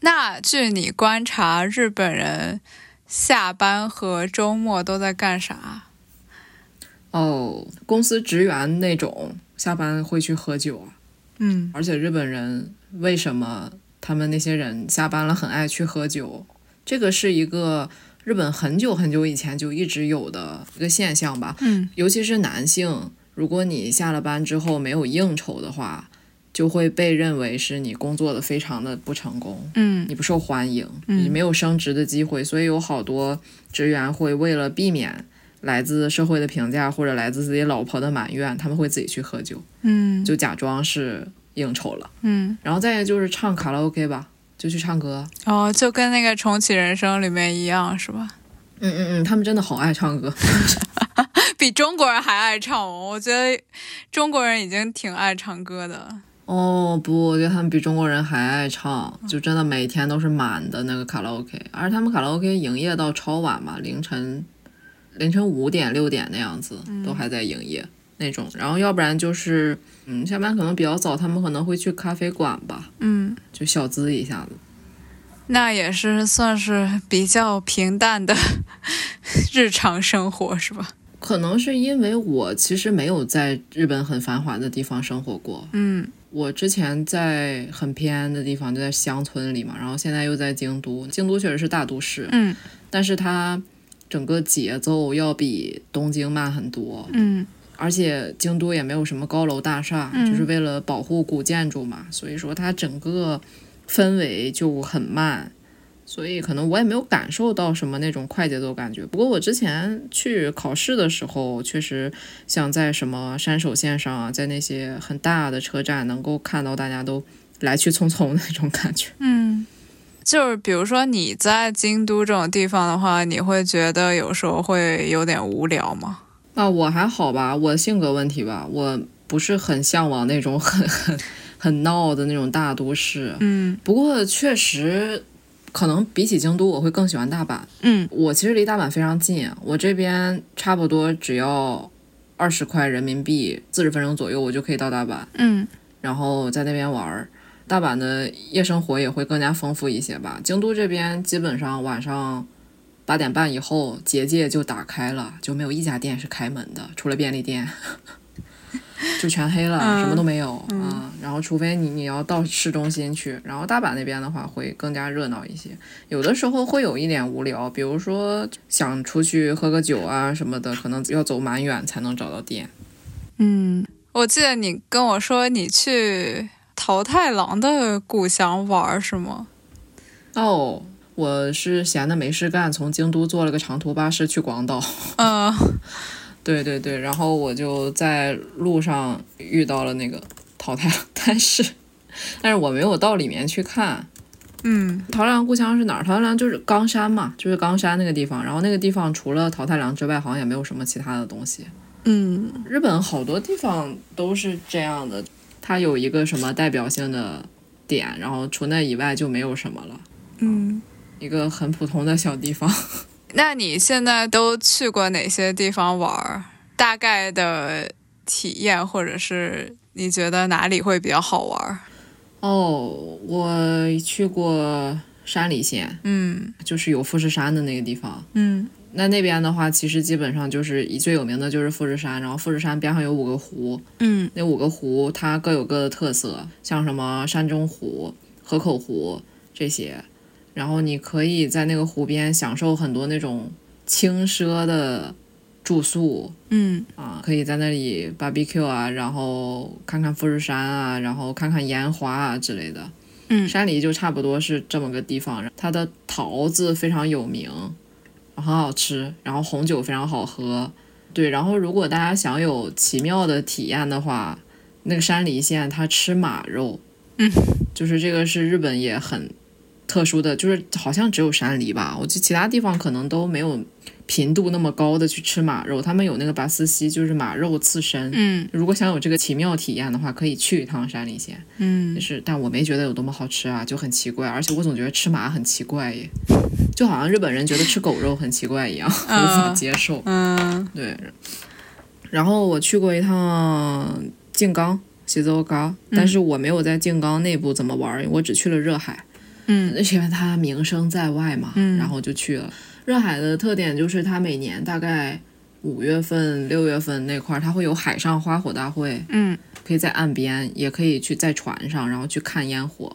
S1: 那据你观察，日本人下班和周末都在干啥？
S2: 哦，公司职员那种下班会去喝酒啊，
S1: 嗯，
S2: 而且日本人为什么他们那些人下班了很爱去喝酒？这个是一个日本很久很久以前就一直有的一个现象吧。
S1: 嗯，
S2: 尤其是男性，如果你下了班之后没有应酬的话，就会被认为是你工作的非常的不成功，
S1: 嗯
S2: 你不受欢迎，
S1: 嗯
S2: 你没有升职的机会，所以有好多职员会为了避免。来自社会的评价或者来自自己老婆的埋怨，他们会自己去喝酒，
S1: 嗯
S2: 就假装是应酬了。
S1: 嗯，
S2: 然后再就是唱卡拉 OK 吧，就去唱歌。
S1: 哦，就跟那个《重启人生》里面一样，是吧？
S2: 嗯嗯嗯，他们真的好爱唱歌。
S1: 比中国人还爱唱哦，我觉得中国人已经挺爱唱歌的。
S2: 哦不，我觉得他们比中国人还爱唱，就真的每天都是满的那个卡拉 OK，而他们卡拉 OK 营业到超晚嘛，凌晨凌晨五点六点那样子都还在营业、那种。然后要不然就是，嗯，下班可能比较早，他们可能会去咖啡馆吧，
S1: 嗯，
S2: 就小资一下子。
S1: 那也是算是比较平淡的日常生活，是吧？
S2: 可能是因为我其实没有在日本很繁华的地方生活过，
S1: 嗯
S2: 我之前在很偏的地方，就在乡村里嘛，然后现在又在京都。京都确实是大都市，
S1: 嗯
S2: 但是它整个节奏要比东京慢很多，
S1: 嗯
S2: 而且京都也没有什么高楼大厦，
S1: 嗯
S2: 就是为了保护古建筑嘛，所以说它整个氛围就很慢。所以可能我也没有感受到什么那种快节奏感觉。不过我之前去考试的时候，确实像在什么山手线上啊，在那些很大的车站，能够看到大家都来去匆匆那种感觉。
S1: 嗯，就是比如说你在京都这种地方的话，你会觉得有时候会有点无聊吗？
S2: 啊，我还好吧，我性格问题吧，我不是很向往那种很很很闹的那种大都市。
S1: 嗯
S2: 不过确实，可能比起京都，我会更喜欢大阪。
S1: 嗯
S2: 我其实离大阪非常近，啊我这边差不多只要二十块人民币，四十分钟左右我就可以到大阪，
S1: 嗯
S2: 然后在那边玩儿。大阪的夜生活也会更加丰富一些吧。京都这边基本上晚上八点半以后结界就打开了，就没有一家店是开门的，除了便利店， [laughs] 就全黑了，
S1: 嗯
S2: 什么都没有啊、然后除非你你要到市中心去，然后大阪那边的话会更加热闹一些。有的时候会有一点无聊，比如说想出去喝个酒啊什么的，可能要走蛮远才能找到店。
S1: 嗯，我记得你跟我说你去桃太郎的故乡玩儿是吗？
S2: 哦，我是闲的没事干，从京都坐了个长途巴士去广岛。 [laughs]
S1: 嗯、
S2: 对对对，然后我就在路上遇到了 [laughs] 那个桃太郎，但是但是我没有到里面去看。
S1: 嗯
S2: 桃太郎故乡是哪儿？桃太郎就是冈山嘛，就是冈山那个地方。然后那个地方除了桃太郎之外，好像也没有什么其他的东西。
S1: 嗯
S2: 日本好多地方都是这样的，它有一个什么代表性的点，然后除那以外就没有什么了，
S1: 嗯，
S2: 一个很普通的小地方。
S1: 那你现在都去过哪些地方玩儿？大概的体验，或者是你觉得哪里会比较好玩儿？
S2: 哦，我去过山里县，
S1: 嗯
S2: 就是有富士山的那个地方。
S1: 嗯
S2: 那那边的话，其实基本上就是以最有名的就是富士山，然后富士山边上有五个湖，
S1: 嗯
S2: 那五个湖它各有各的特色，像什么山中湖、河口湖这些，然后你可以在那个湖边享受很多那种轻奢的住宿
S1: 嗯
S2: 啊，可以在那里 barbecue 啊，然后看看富士山啊，然后看看烟花啊之类的。
S1: 嗯
S2: 山里就差不多是这么个地方，它的桃子非常有名，很好吃，然后红酒非常好喝。对，然后如果大家想有奇妙的体验的话，那个山梨县它吃马肉，
S1: 嗯，
S2: [laughs] 就是这个是日本也很特殊的，就是好像只有山梨吧，我觉得其他地方可能都没有频度那么高的去吃马肉，他们有那个拔丝溪，就是马肉刺身。
S1: 嗯
S2: 如果想有这个奇妙体验的话，可以去一趟山梨县。
S1: 嗯
S2: 就，是，但我没觉得有多么好吃啊，就很奇怪，而且我总觉得吃马很奇怪耶，就好像日本人觉得吃狗肉很奇怪一样，无法接受。
S1: 嗯
S2: 对，然后我去过一趟静冈。西泽冈，但是我没有在静冈内部怎么玩，我只去了热海，
S1: 嗯
S2: 那是因为它名声在外嘛，
S1: 嗯
S2: 然后就去了。热海的特点就是它每年大概五月份、六月份那块儿，它会有海上花火大会，
S1: 嗯，
S2: 可以在岸边，也可以去在船上，然后去看烟火，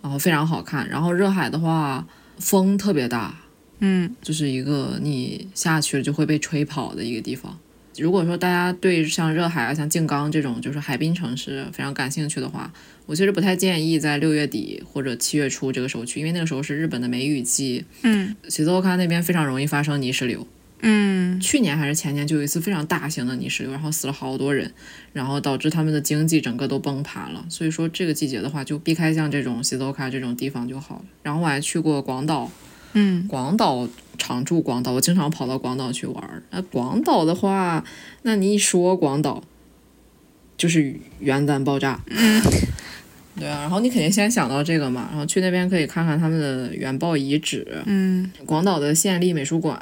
S2: 然后非常好看。然后热海的话，风特别大，
S1: 嗯，
S2: 就是一个你下去了就会被吹跑的一个地方。如果说大家对像热海啊、像静冈这种就是海滨城市非常感兴趣的话，我其实不太建议在六月底或者七月初这个时候去，因为那个时候是日本的梅雨季，
S1: 嗯
S2: 喜多看那边非常容易发生泥石流。
S1: 嗯
S2: 去年还是前年就有一次非常大型的泥石流，然后死了好多人，然后导致他们的经济整个都崩盘了。所以说这个季节的话，就避开像这种西多卡这种地方就好了。然后我还去过广岛，
S1: 嗯
S2: 广岛常住广岛，我经常跑到广岛去玩儿。那广岛的话，那你一说广岛，就是原弹爆炸。对啊，然后你肯定先想到这个嘛，然后去那边可以看看他们的原爆遗址，
S1: 嗯
S2: 广岛的县立美术馆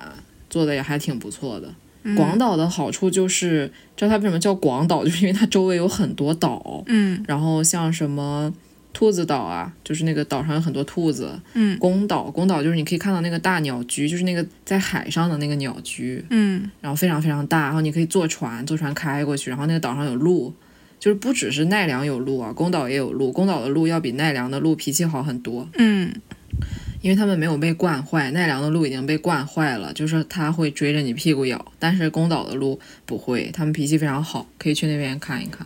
S2: 做的也还挺不错的。广岛的好处就是，知道它为什么叫广岛，就是因为它周围有很多岛，
S1: 嗯
S2: 然后像什么兔子岛啊，就是那个岛上有很多兔子，
S1: 嗯
S2: 宫岛，宫岛就是你可以看到那个大鸟居，就是那个在海上的那个鸟居，
S1: 嗯
S2: 然后非常非常大，然后你可以坐船，坐船开过去，然后那个岛上有路，就是不只是奈良有路啊，宫岛也有路，宫岛的路要比奈良的路脾气好很多，
S1: 嗯
S2: 因为他们没有被惯坏，奈良的路已经被惯坏了，就是它会追着你屁股咬，但是宫岛的路不会，他们脾气非常好，可以去那边看一看。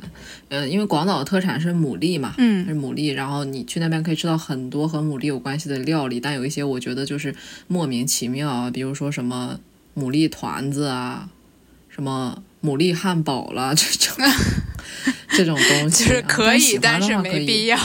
S2: 嗯，因为广岛的特产是牡蛎嘛，
S1: 嗯
S2: 是牡蛎，然后你去那边可以吃到很多和牡蛎有关系的料理，但有一些我觉得就是莫名其妙啊，比如说什么牡蛎团子啊，什么牡蛎汉堡啦这
S1: [laughs]
S2: 种这种东西
S1: 就
S2: 啊、
S1: 是可以，但
S2: 但喜
S1: 是
S2: 欢的话可
S1: 没
S2: 以
S1: 必要。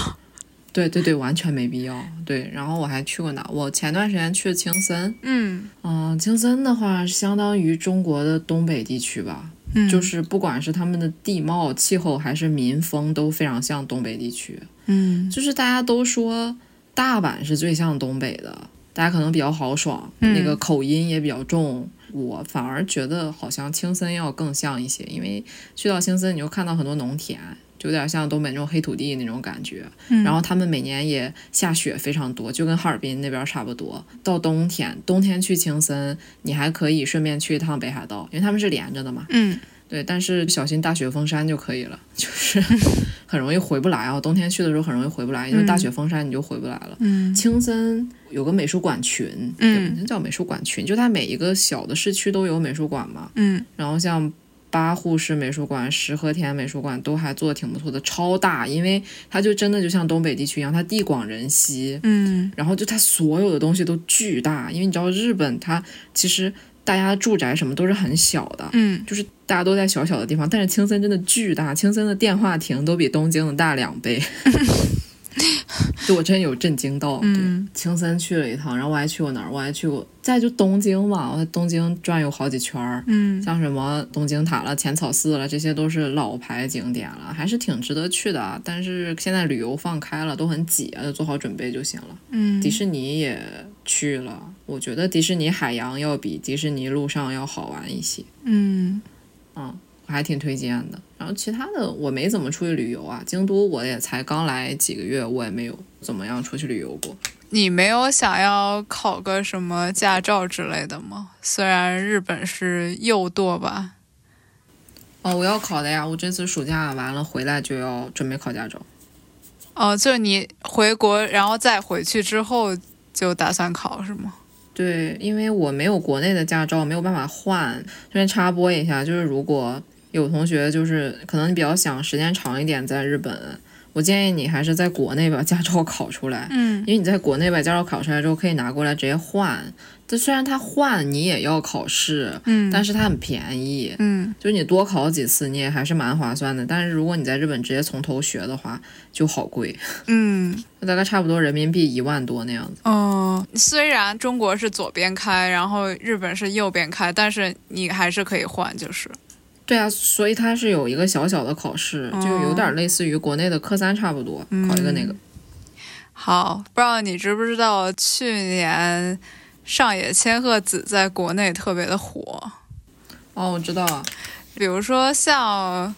S2: 对对对，完全没必要。对，然后我还去过哪？我前段时间去青森，
S1: 嗯
S2: 嗯、青森的话相当于中国的东北地区吧，
S1: 嗯，
S2: 就是不管是他们的地貌、气候还是民风，都非常像东北地区。
S1: 嗯
S2: 就是大家都说大阪是最像东北的，大家可能比较豪爽，
S1: 嗯
S2: 那个口音也比较重。我反而觉得好像青森要更像一些，因为去到青森你就看到很多农田，就有点像东北那种黑土地那种感觉。
S1: 嗯
S2: 然后他们每年也下雪非常多，就跟哈尔滨那边差不多。到冬天，冬天去青森，你还可以顺便去一趟北海道，因为他们是连着的嘛。
S1: 嗯
S2: 对，但是小心大雪封山就可以了，就是很容易回不来啊。冬天去的时候很容易回不来，因为大雪封山你就回不来了。
S1: 嗯
S2: 青森有个美术馆群，
S1: 嗯
S2: 也不能叫美术馆群，就它每一个小的市区都有美术馆嘛。
S1: 嗯
S2: 然后像八户市美术馆、石和田美术馆都还做的挺不错的，超大，因为它就真的就像东北地区一样，它地广人稀。
S1: 嗯
S2: 然后就它所有的东西都巨大，因为你知道日本它其实大家住宅什么都是很小的，
S1: 嗯
S2: 就是大家都在小小的地方，但是青森真的巨大，青森的电话亭都比东京的大两
S1: [laughs]
S2: 倍，就我真有震惊到。对，
S1: 嗯
S2: 青森去了一趟，然后我还去过哪儿？我还去过再就东京嘛，我在东京转悠好几圈儿。
S1: 嗯
S2: 像什么东京塔了、浅草寺了，这些都是老牌景点了，还是挺值得去的啊。但是现在旅游放开了，都很挤啊，就做好准备就行了。
S1: 嗯，
S2: 迪士尼也去了，我觉得迪士尼海洋要比迪士尼陆上要好玩一些，
S1: 嗯
S2: 嗯，我还挺推荐的。然后其他的我没怎么出去旅游啊，京都我也才刚来几个月，我也没有怎么样出去旅游过。
S1: 你没有想要考个什么驾照之类的吗？虽然日本是右舵吧，
S2: 哦，我要考的呀，我这次暑假完了回来就要准备考驾照。
S1: 哦，就是你回国然后再回去之后就打算考是吗？
S2: 对，因为我没有国内的驾照，没有办法换。这边插播一下，就是如果有同学就是可能你比较想时间长一点在日本，我建议你还是在国内把驾照考出来。
S1: 嗯
S2: 因为你在国内把驾照考出来之后，可以拿过来直接换。就虽然它换你也要考试，
S1: 嗯
S2: 但是它很便宜，
S1: 嗯
S2: 就是你多考几次，你也还是蛮划算的。但是如果你在日本直接从头学的话，就好贵，
S1: 嗯
S2: 大概差不多人民币一万多那样子。
S1: 哦，虽然中国是左边开，然后日本是右边开，但是你还是可以换，就是
S2: 对啊，所以它是有一个小小的考试，就有
S1: 哦
S2: 点类似于国内的科三差不多，考一个那个。
S1: 嗯好。不知道你知不知道，去年上野千鹤子在国内特别的火。
S2: 哦，我知道了，
S1: 比如说像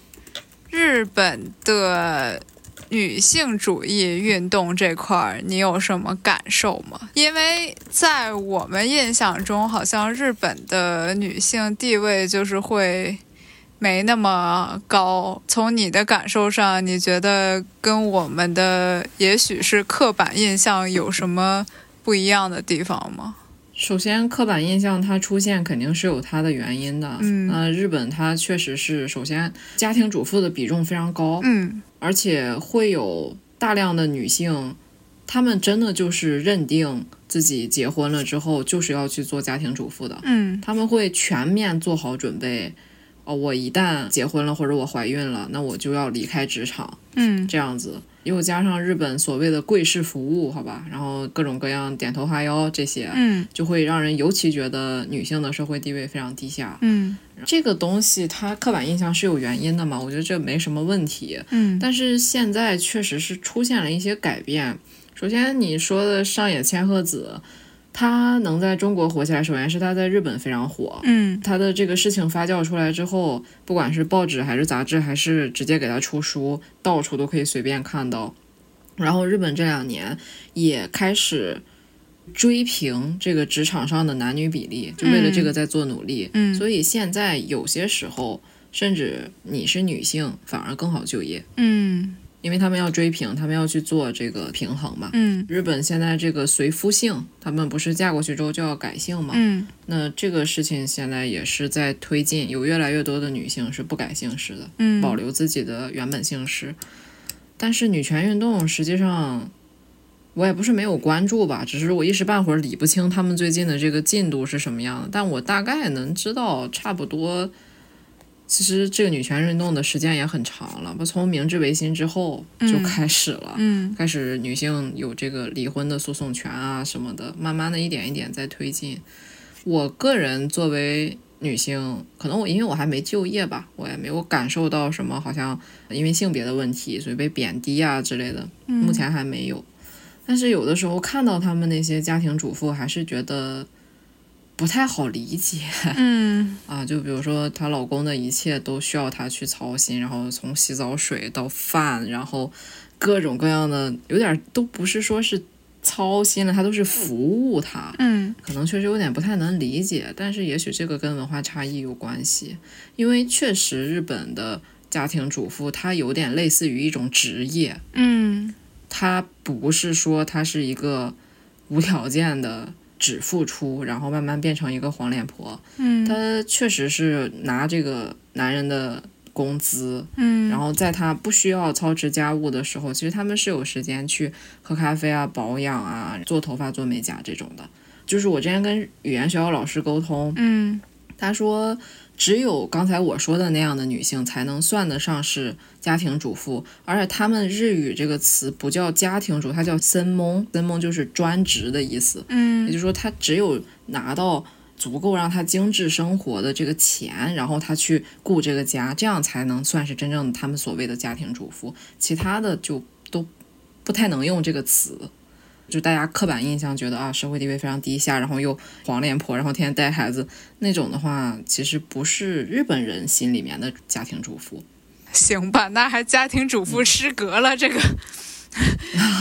S1: 日本的女性主义运动这块儿，你有什么感受吗？因为在我们印象中，好像日本的女性地位就是会没那么高。从你的感受上，你觉得跟我们的也许是刻板印象有什么不一样的地方吗？
S2: 首先，刻板印象它出现肯定是有它的原因的。
S1: 嗯
S2: 呃，日本它确实是，首先家庭主妇的比重非常高，
S1: 嗯
S2: 而且会有大量的女性，她们真的就是认定自己结婚了之后就是要去做家庭主妇的，
S1: 嗯
S2: 她们会全面做好准备。哦，我一旦结婚了或者我怀孕了，那我就要离开职场，
S1: 嗯
S2: 这样子，又加上日本所谓的贵式服务，好吧，然后各种各样点头哈腰这些，
S1: 嗯
S2: 就会让人尤其觉得女性的社会地位非常低下。
S1: 嗯
S2: 这个东西它刻板印象是有原因的嘛，我觉得这没什么问题。
S1: 嗯
S2: 但是现在确实是出现了一些改变。首先，你说的上野千鹤子，她能在中国火起来，首先是她在日本非常火。
S1: 嗯
S2: 她的这个事情发酵出来之后，不管是报纸还是杂志，还是直接给她出书，到处都可以随便看到。然后日本这两年也开始追平这个职场上的男女比例，就为了这个在做努力。
S1: 嗯
S2: 所以现在有些时候，甚至你是女性反而更好就业，
S1: 嗯
S2: 因为他们要追平，他们要去做这个平衡嘛。
S1: 嗯
S2: 日本现在这个随夫姓，他们不是嫁过去之后就要改姓嘛？
S1: 嗯
S2: 那这个事情现在也是在推进，有越来越多的女性是不改姓氏的，
S1: 嗯，
S2: 保留自己的原本姓氏。但是女权运动实际上，我也不是没有关注吧，只是我一时半会儿理不清他们最近的这个进度是什么样的。但我大概能知道，差不多，其实这个女权运动的时间也很长了，不从明治维新之后就
S1: 嗯
S2: 开始了。
S1: 嗯
S2: 开始女性有这个离婚的诉讼权啊什么的，慢慢的一点一点在推进。我个人作为女性，可能我因为我还没就业吧，我也没有感受到什么好像因为性别的问题所以被贬低啊之类的，
S1: 嗯
S2: 目前还没有。但是有的时候看到他们那些家庭主妇，还是觉得不太好理解。
S1: 嗯
S2: 啊，就比如说她老公的一切都需要她去操心，然后从洗澡水到饭，然后各种各样的，有点儿都不是说是操心了，她都是服务他，
S1: 嗯
S2: 可能确实有点不太能理解，但是也许这个跟文化差异有关系，因为确实日本的家庭主妇她有点类似于一种职业，
S1: 嗯
S2: 他不是说他是一个无条件的只付出，然后慢慢变成一个黄脸婆。
S1: 嗯
S2: 他确实是拿这个男人的工资，
S1: 嗯，
S2: 然后在他不需要操持家务的时候，其实他们是有时间去喝咖啡啊、保养啊、做头发、做美甲这种的。就是我之前跟语言学校老师沟通，
S1: 嗯
S2: 他说，只有刚才我说的那样的女性才能算得上是家庭主妇，而且他们日语这个词不叫家庭主，它叫森蒙，森蒙就是专职的意思。也就
S1: 嗯
S2: 是说，她只有拿到足够让她精致生活的这个钱，然后她去雇这个家，这样才能算是真正他们所谓的家庭主妇。其他的就都不太能用这个词。就大家刻板印象觉得啊，社会地位非常低下，然后又黄脸婆，然后天天带孩子那种的话，其实不是日本人心里面的家庭
S1: [laughs]
S2: 主妇。
S1: 行吧，那还家庭主妇失格了，这个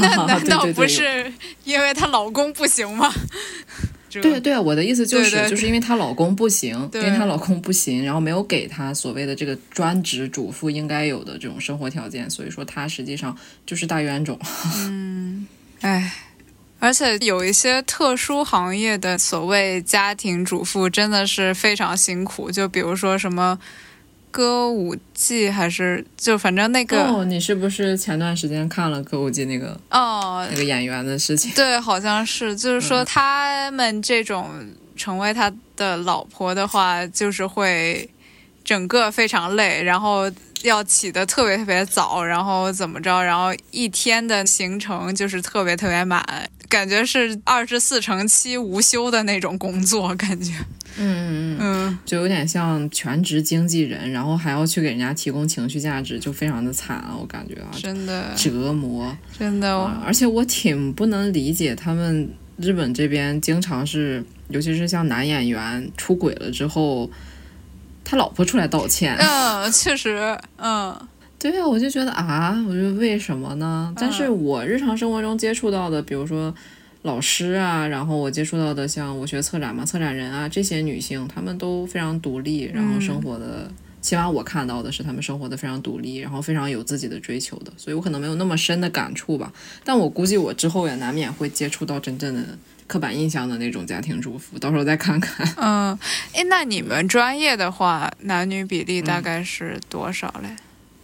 S1: 那难道
S2: 对对对
S1: 不是因为她老公不行吗？这
S2: 对对啊，我的意思就是，
S1: 对对
S2: 就是因为她老公不行，
S1: 对
S2: 因为她老公不行，然后没有给她所谓的这个专职主妇应该有的这种生活条件，所以说她实际上就是大冤种。
S1: 哎，而且有一些特殊行业的所谓家庭主妇真的是非常辛苦，就比如说什么歌舞伎，还是就反正那个哦
S2: 哦，你是不是前段时间看了歌舞伎那个那个演员的事情？
S1: [laughs] 对，好像是，就是说
S2: 嗯
S1: 他们这种成为他的老婆的话，就是会整个非常累，然后要起得特别特别早，然后怎么着，然后一天的行程就是特别特别满，感觉是二十四乘七无休的那种工作，感觉，
S2: 嗯嗯嗯，
S1: 嗯
S2: [laughs] 就有点像全职经纪人，然后还要去给人家提供情绪价值，就非常的惨啊，我感觉啊，
S1: 真的
S2: 折磨。
S1: 真的，
S2: 啊而且我挺不能理解他们日本这边经常是，尤其是像男演员出轨了之后，他老婆出来道歉，
S1: 嗯，确实，嗯
S2: 对啊，我就觉得啊，我觉得为什么呢？但是我日常生活中接触到的，比如说老师啊，然后我接触到的像我学策展嘛，策展人啊，这些女性，她们都非常独立，然后生活的，起码我看到的是她们生活的非常独立，然后非常有自己的追求的，所以我可能没有那么深的感触吧。但我估计我之后也难免会接触到真正的刻板印象的那种家庭主妇，到时候再看看。
S1: 嗯，哎，那你们专业的话，男女比例大概是多少嘞？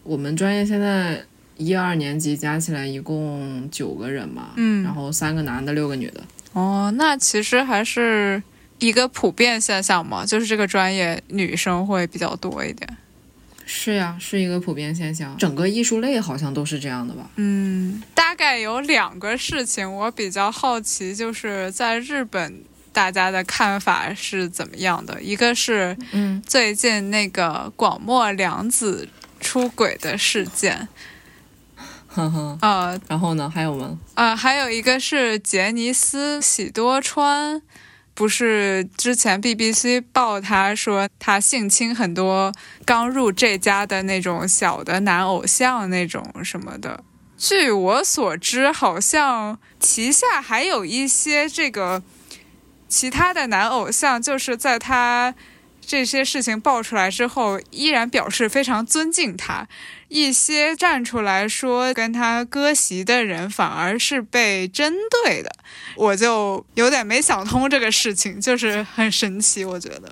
S2: 我们专业现在一二年级加起来一共九个人嘛，
S1: 嗯
S2: 然后三个男的，六个女的。
S1: 哦，那其实还是一个普遍现象嘛，就是这个专业女生会比较多一点。
S2: 是呀，是一个普遍现象，整个艺术类好像都是这样的吧？
S1: 嗯，大概有两个事情我比较好奇，就是在日本大家的看法是怎么样的？一个是
S2: 嗯，
S1: 最近那个广末凉子出轨的事件，
S2: [laughs] 哼哼。
S1: 呃，
S2: 然后呢，还有吗？
S1: 呃，还有一个是杰尼斯喜多川，不是之前 BBC 报他说他性侵很多刚入这家的那种小的男偶像那种什么的。据我所知，好像旗下还有一些这个其他的男偶像，就是在他这些事情爆出来之后，依然表示非常尊敬他。一些站出来说跟他割席的人，反而是被针对的，我就有点没想通这个事情，就是很神奇，我觉得。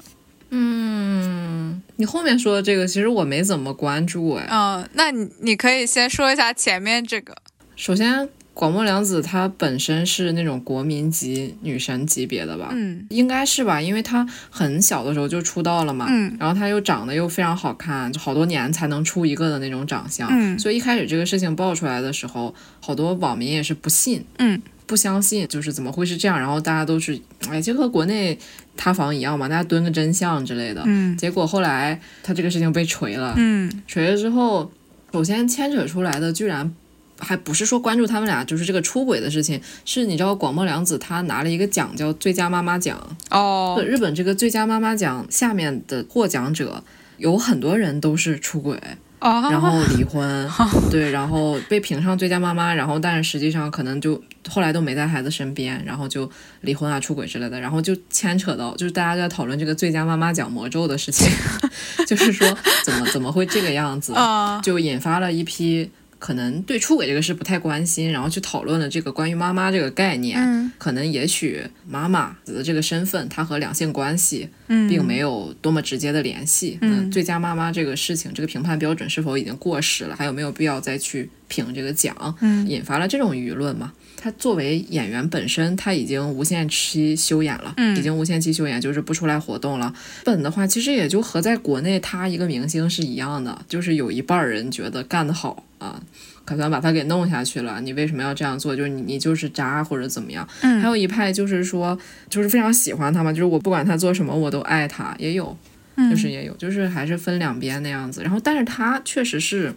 S2: 你后面说的这个，其实我没怎么关注哎。
S1: 嗯，那你你可以先说一下前面这个，
S2: 首先，广末凉子她本身是那种国民级女神级别的吧？
S1: 嗯
S2: 应该是吧，因为她很小的时候就出道了嘛，
S1: 嗯
S2: 然后她又长得又非常好看，就好多年才能出一个的那种长相，
S1: 嗯
S2: 所以一开始这个事情爆出来的时候，好多网民也是不信，
S1: 嗯，
S2: 不相信，就是怎么会是这样，然后大家都是，哎，就和国内塌房一样嘛，大家蹲个真相之类的，
S1: 嗯
S2: 结果后来她这个事情被锤了，
S1: 嗯
S2: 锤了之后，首先牵扯出来的居然还不是说关注他们俩，就是这个出轨的事情，是你知道广末凉子她拿了一个奖叫最佳妈妈奖，
S1: 哦
S2: 日本这个最佳妈妈奖下面的获奖者。有很多人都是出轨，然
S1: 哦，
S2: 后离婚，对，然后被评上最佳妈妈，然后但是实际上可能就后来都没在孩子身边，然后就离婚啊、出轨之类的，然后就牵扯到就是大家在讨论这个最佳妈妈奖魔咒的事情， [laughs] 就是说怎么怎么会这个样子，
S1: 啊
S2: 就引发了一批可能对出轨这个事不太关心，然后去讨论了这个关于妈妈这个概念。
S1: 嗯
S2: 可能也许妈妈的这个身份，她和两性关系
S1: 嗯，
S2: 并没有多么直接的联系。
S1: 嗯
S2: 最佳妈妈这个事情，这个评判标准是否已经过时了？还有没有必要再去评这个奖？
S1: 嗯
S2: 引发了这种舆论嘛？她作为演员本身，她已经无限期休演了，
S1: 嗯
S2: 已经无限期休演，就是不出来活动了。本的话，其实也就和在国内她一个明星是一样的，就是有一半儿人觉得干得好啊，可算把她给弄下去了，你为什么要这样做？就是你你就是渣或者怎么样？
S1: 嗯
S2: 还有一派就是说，就是非常喜欢他嘛，就是我不管他做什么我都爱他，也有，
S1: 嗯
S2: 就是也有，就是还是分两边那样子。然后，但是他确实是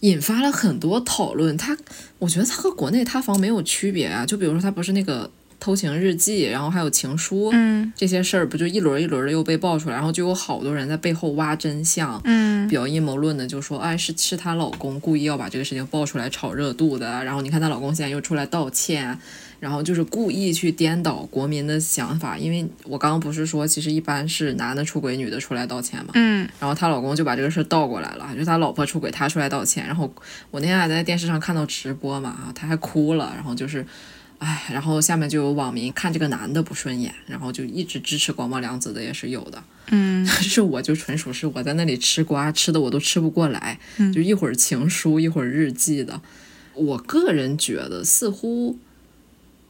S2: 引发了很多讨论，他我觉得他和国内塌房没有区别啊，就比如说他不是那个偷情日记，然后还有情书。
S1: 嗯
S2: 这些事儿不就一轮一轮的又被爆出来，然后就有好多人在背后挖真相，
S1: 嗯
S2: 表阴谋论的就说，哎，是是她老公故意要把这个事情爆出来炒热度的，啊然后你看她老公现在又出来道歉，啊然后就是故意去颠倒国民的想法，因为我刚刚不是说，其实一般是男的出轨，女的出来道歉嘛，
S1: 嗯
S2: 然后她老公就把这个事儿倒过来了，就是她老婆出轨，她出来道歉。然后我那天还在电视上看到直播嘛，啊，她还哭了，然后就是，哎，然后下面就有网民看这个男的不顺眼，然后就一直支持广末凉子的也是有的，
S1: 嗯，
S2: 但 [laughs] 是我就纯属是我在那里吃瓜，吃的我都吃不过来，
S1: 嗯
S2: 就一会儿情书，一会儿日记的。我个人觉得似乎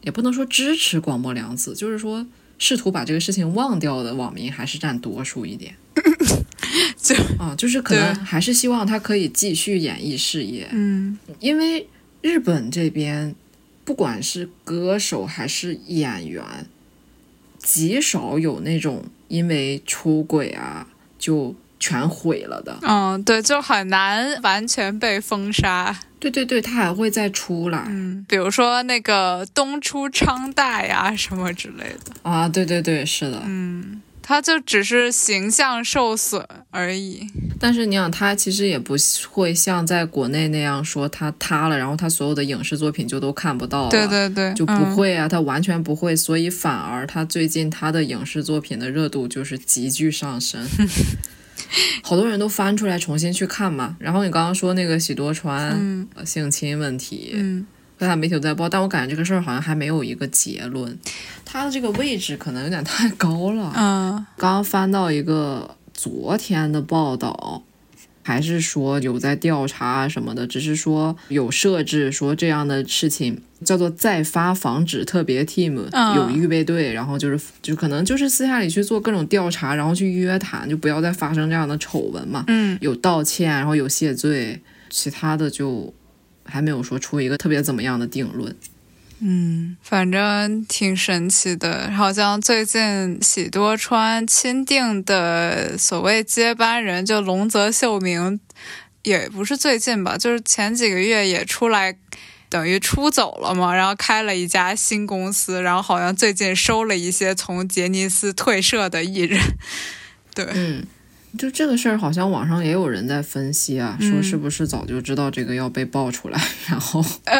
S2: 也不能说支持广末凉子，就是说试图把这个事情忘掉的网民还是占多数一点。
S1: [laughs] 就
S2: 啊，就是可能
S1: 对
S2: 还是希望他可以继续演艺事业，
S1: 嗯
S2: 因为日本这边不管是歌手还是演员，极少有那种因为出轨啊就全毁了的。
S1: 嗯，对，就很难完全被封杀。
S2: 对对对，他还会再出来、
S1: 嗯，比如说那个东出昌大呀什么之类的。
S2: 啊！对对对，是的，
S1: 嗯，他就只是形象受损而已。
S2: 但是你想，他其实也不会像在国内那样说他塌了，然后他所有的影视作品就都看不到了，
S1: 对对对，
S2: 啊就不
S1: 嗯
S2: 会啊，他完全不会，所以反而他最近他的影视作品的热度就是急剧
S1: [laughs]
S2: 上升，好多人都翻出来重新去看嘛。然后你刚刚说那个喜多川、
S1: 嗯
S2: 呃性侵问题，
S1: 嗯
S2: 各大媒体都在报，但我感觉这个事儿好像还没有一个结论，他的这个位置可能有点太高了。
S1: 嗯
S2: 刚翻到一个昨天的报道，还是说有在调查什么的，只是说有设置说这样的事情叫做再发防止特别 team，、
S1: 嗯
S2: 有预备队，然后就是就可能就是私下里去做各种调查，然后去约谈，就不要再发生这样的丑闻嘛。
S1: 嗯
S2: 有道歉，然后有谢罪，其他的就还没有说出一个特别怎么样的定论。
S1: 嗯，反正挺神奇的。好像最近喜多川钦定的所谓接班人，就龙泽秀明，也不是最近吧，就是前几个月也出来。等于出走了嘛，然后开了一家新公司，然后好像最近收了一些从杰尼斯退社的艺人，对，
S2: 嗯，就这个事儿，好像网上也有人在分析啊，说
S1: 嗯
S2: 是不是早就知道这个要被爆出来， [laughs] 然后
S1: 呃，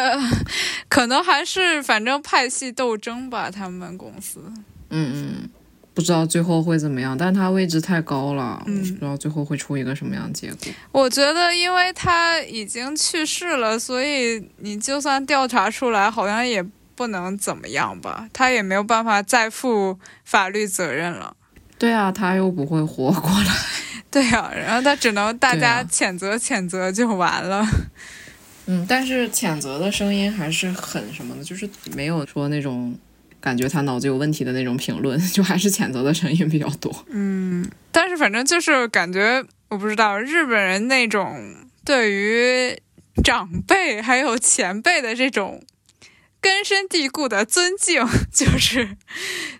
S1: 可能还是反正派系斗争吧，他们公司。
S2: 嗯嗯，不知道最后会怎么样，但他位置太高了，
S1: 嗯啊
S2: 我不知道最后会出一个什么样的结果。
S1: 我觉得，因为他已经去世了，所以你就算调查出来，好像也不能怎么样吧，他也没有办法再负法律责任了。
S2: 对啊，他又不会活过
S1: [laughs]
S2: 来。
S1: 对呀、然后他只能大
S2: 对啊
S1: 家谴责谴责就完了。
S2: 嗯，但是谴责的声音还是很什么的，就是没有说那种感觉他脑子有问题的那种评论，就还是谴责的声音比较多。
S1: 但是反正就是感觉，我不知道日本人那种对于长辈还有前辈的这种根深蒂固的尊敬，就是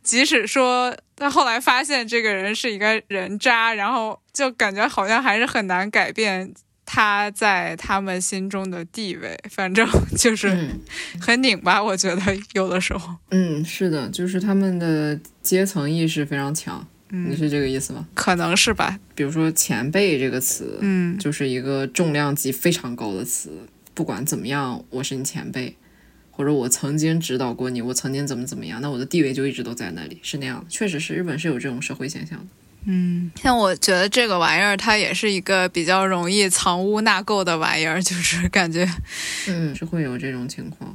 S1: 即使说他后来发现这个人是一个人渣，然后就感觉好像还是很难改变。他在他们心中的地位，反正就是
S2: 嗯
S1: 很拧巴。我觉得有的时候，
S2: 嗯，是的，就是他们的阶层意识非常强，你
S1: 嗯，
S2: 是这个意思吗？
S1: 可能是吧。
S2: 比如说“前辈”这个词，
S1: 嗯，
S2: 就是一个重量级非常高的词。不管怎么样，我是你前辈，或者我曾经指导过你，我曾经怎么怎么样，那我的地位就一直都在那里，是那样的。确实是日本是有这种社会现象的。
S1: 像我觉得这个玩意儿，它也是一个比较容易藏污纳垢的玩意儿，就是感觉，
S2: 嗯，是会有这种情况。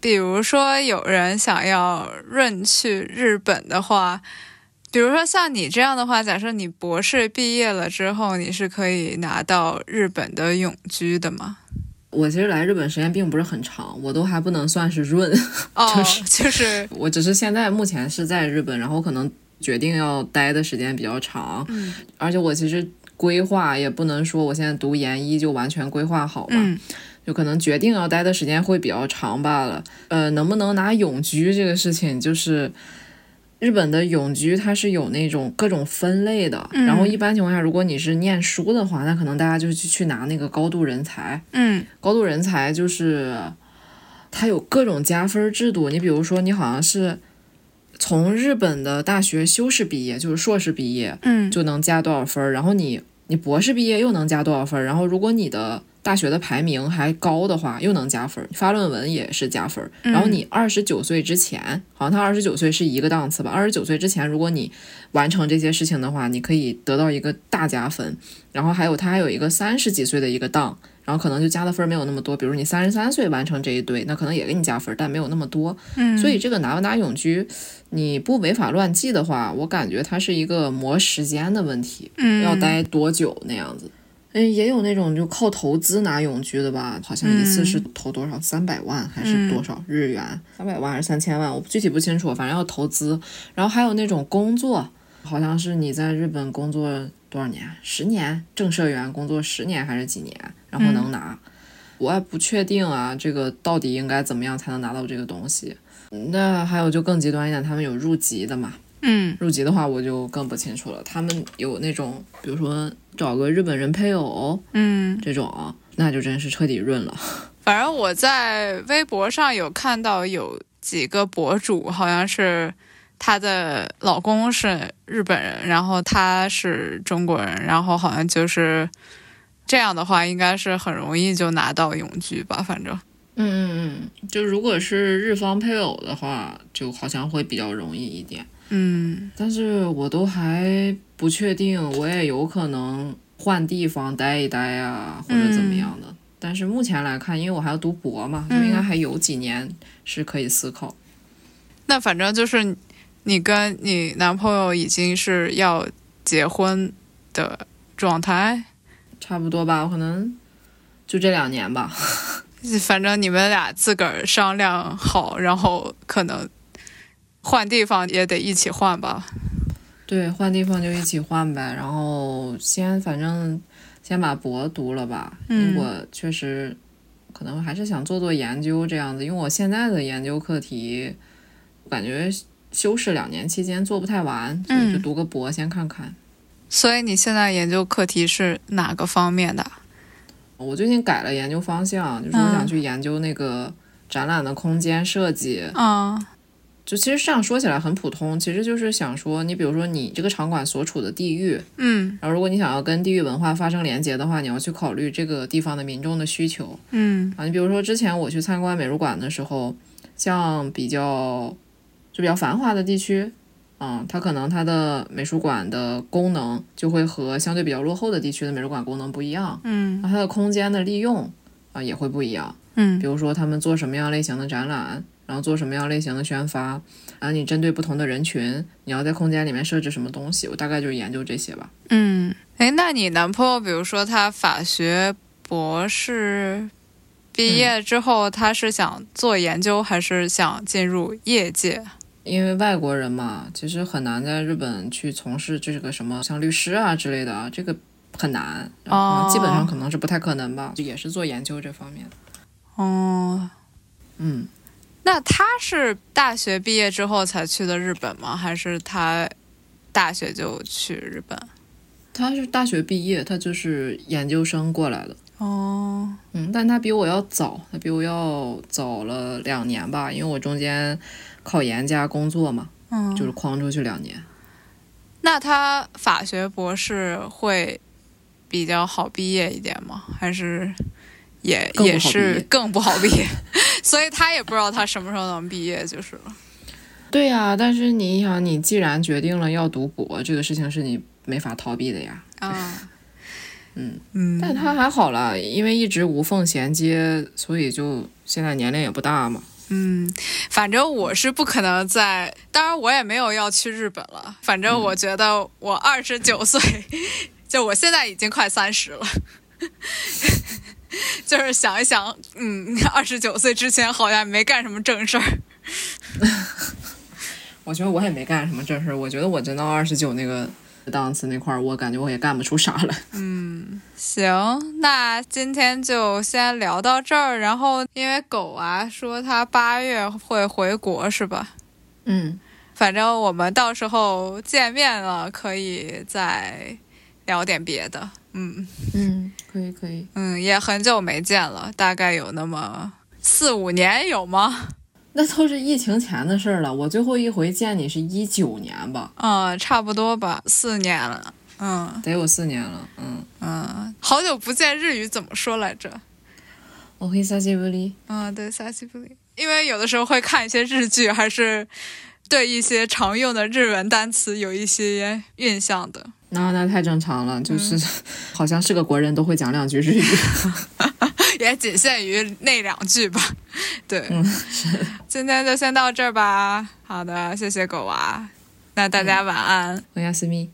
S1: 比如说有人想要润去日本的话，比如说像你这样的话，假设你博士毕业了之后，你是可以拿到日本的永居的吗？
S2: 我其实来日本时间并不是很长，我都还不能算是润， [laughs]
S1: 哦，
S2: 就
S1: 就是是
S2: [laughs] 我只是现在目前是在日本，然后可能决定要待的时间比较长，
S1: 嗯
S2: 而且我其实规划也不能说我现在读研一就完全规划好嘛，
S1: 嗯
S2: 就可能决定要待的时间会比较长罢了。呃，能不能拿永居这个事情，就是日本的永居它是有那种各种分类的，
S1: 嗯
S2: 然后一般情况下，如果你是念书的话，那可能大家就去去拿那个高度人才，
S1: 嗯
S2: 高度人才就是它有各种加分制度，你比如说你好像是。从日本的大学修士毕业，就是硕士毕业，
S1: 嗯，
S2: 就能加多少分儿，然后你你博士毕业又能加多少分儿，然后如果你的大学的排名还高的话，又能加分儿，发论文也是加分儿。然后你二十九岁之前，好像他二十九岁是一个档次吧，二十九岁之前，如果你完成这些事情的话，你可以得到一个大加分。然后还有他还有一个三十几岁的一个档。然后可能就加的分儿没有那么多，比如你三十三岁完成这一堆，那可能也给你加分儿，但没有那么多。
S1: 嗯
S2: 所以这个拿不拿永居，你不违法乱纪的话，我感觉它是一个磨时间的问题，
S1: 嗯
S2: 要待多久那样子。嗯，也有那种就靠投资拿永居的吧，好像一次是投多少三百万还是多少日元，三百万还是三千万，我具体不清楚，反正要投资。然后还有那种工作，好像是你在日本工作多少年，十年，正社员工作十年还是几年，然后能拿。我也不确定啊，这个到底应该怎么样才能拿到这个东西？嗯那还有就更极端一点，他们有入籍的嘛？
S1: 嗯
S2: 入籍的话我就更不清楚了。他们有那种，比如说找个日本人配偶
S1: 嗯。
S2: 这种，啊那就真是彻底润了。
S1: 反正我在微博上有看到有几个博主，好像是她的老公是日本人，然后她是中国人，然后好像就是这样的话，应该是很容易就拿到永居吧，反正。
S2: 嗯嗯嗯，就如果是日方配偶的话，就好像会比较容易一点。
S1: 嗯，
S2: 但是我都还不确定，我也有可能换地方待一待啊，或者怎么样的。但是目前来看，因为我还要读博嘛，就应该还有几年是可以思考。
S1: 那反正就是你跟你男朋友已经是要结婚的状态，
S2: 差不多吧，可能就这两年吧。
S1: [laughs] 反正你们俩自个儿商量好，然后可能换地方也得一起换吧。
S2: 对，换地方就一起换呗。然后先反正先把博读了吧，
S1: 嗯
S2: 因为我确实可能还是想做做研究这样子，因为我现在的研究课题感觉修饰两年期间做不太完，所以就
S1: 嗯
S2: 读个博先看看。
S1: 所以你现在研究课题是哪个方面的？
S2: 我最近改了研究方向，就是我
S1: 嗯
S2: 想去研究那个展览的空间设计。
S1: 嗯
S2: 就其实这样说起来很普通，其实就是想说，你比如说你这个场馆所处的地域，
S1: 嗯
S2: 然后如果你想要跟地域文化发生连接的话，你要去考虑这个地方的民众的需求
S1: 嗯
S2: 啊。你比如说之前我去参观美术馆的时候，像比较就比较繁华的地区。啊，它可能它的美术馆的功能就会和相对比较落后的地区的美术馆功能不一样，
S1: 嗯
S2: 那它的空间的利用啊也会不一样。比
S1: 嗯
S2: 如说他们做什么样类型的展览，然后做什么样类型的宣发，然后你针对不同的人群，你要在空间里面设置什么东西，我大概就是研究这些吧。
S1: 嗯。哎，那你男朋友，比如说他法学博士毕业之后，他是想做研究，还是想进入业界？
S2: 因为外国人嘛，其实很难在日本去从事这个什么像律师啊之类的啊，这个很难，然后可能基本上可能是不太可能吧，也是做研究这方面的。
S1: 哦，
S2: 嗯，
S1: 那他是大学毕业之后才去的日本吗？还是他大学就去日本？
S2: 他是大学毕业，他就是研究生过来的。
S1: 哦，
S2: 嗯，但他比我要早，他比我要早了两年吧，因为我中间考研加工作嘛，
S1: 嗯，
S2: 就是框出去两年。
S1: 那他法学博士会比较好毕业一点吗？还是也
S2: 更不好
S1: 也
S2: 毕
S1: 是
S2: 业
S1: 更不好毕业？ [laughs] 所以他也不知道他什么时候能毕业，就是了。
S2: 对呀、但是你想，你既然决定了要读博，这个事情是你没法逃避的呀。
S1: 啊，
S2: 嗯
S1: 嗯，
S2: 但他还好啦，因为一直无缝衔接，所以就现在年龄也不大嘛。
S1: 嗯，反正我是不可能在，当然我也没有要去日本了。反正我觉得我二十九岁， [laughs] 就我现在已经快三十了， [laughs] 就是想一想，嗯，二十九岁之前好像没干什么正事儿。
S2: 我觉得我也没干什么正事儿，我觉得我真到二十九那个档次那块儿，我感觉我也干不出啥来。
S1: 行，那今天就先聊到这儿。然后因为狗啊说它八月会回国是吧？
S2: 嗯，
S1: 反正我们到时候见面了，可以再聊点别的。嗯
S2: 嗯，可以可以。
S1: 嗯，也很久没见了，大概有那么四五年有吗？
S2: 那都是疫情前的事儿了。我最后一回见你是一九年吧，
S1: 嗯，差不多吧，四年了。嗯
S2: 得有四年了。嗯，
S1: 嗯，好久不见，日语怎么说来着？
S2: 我会撒切布里。
S1: 嗯，对，撒西布里，因为有的时候会看一些日剧，还是对一些常用的日文单词有一些印象的。 [laughs]
S2: 那那太正常了，就是、 [laughs] 好像是个国人都会讲两句 [laughs] 日语。
S1: 也仅限于那两句吧。对，
S2: 嗯
S1: 今天就先到这儿吧。好的，谢谢狗娃，那大家晚安。
S2: 我亚思密。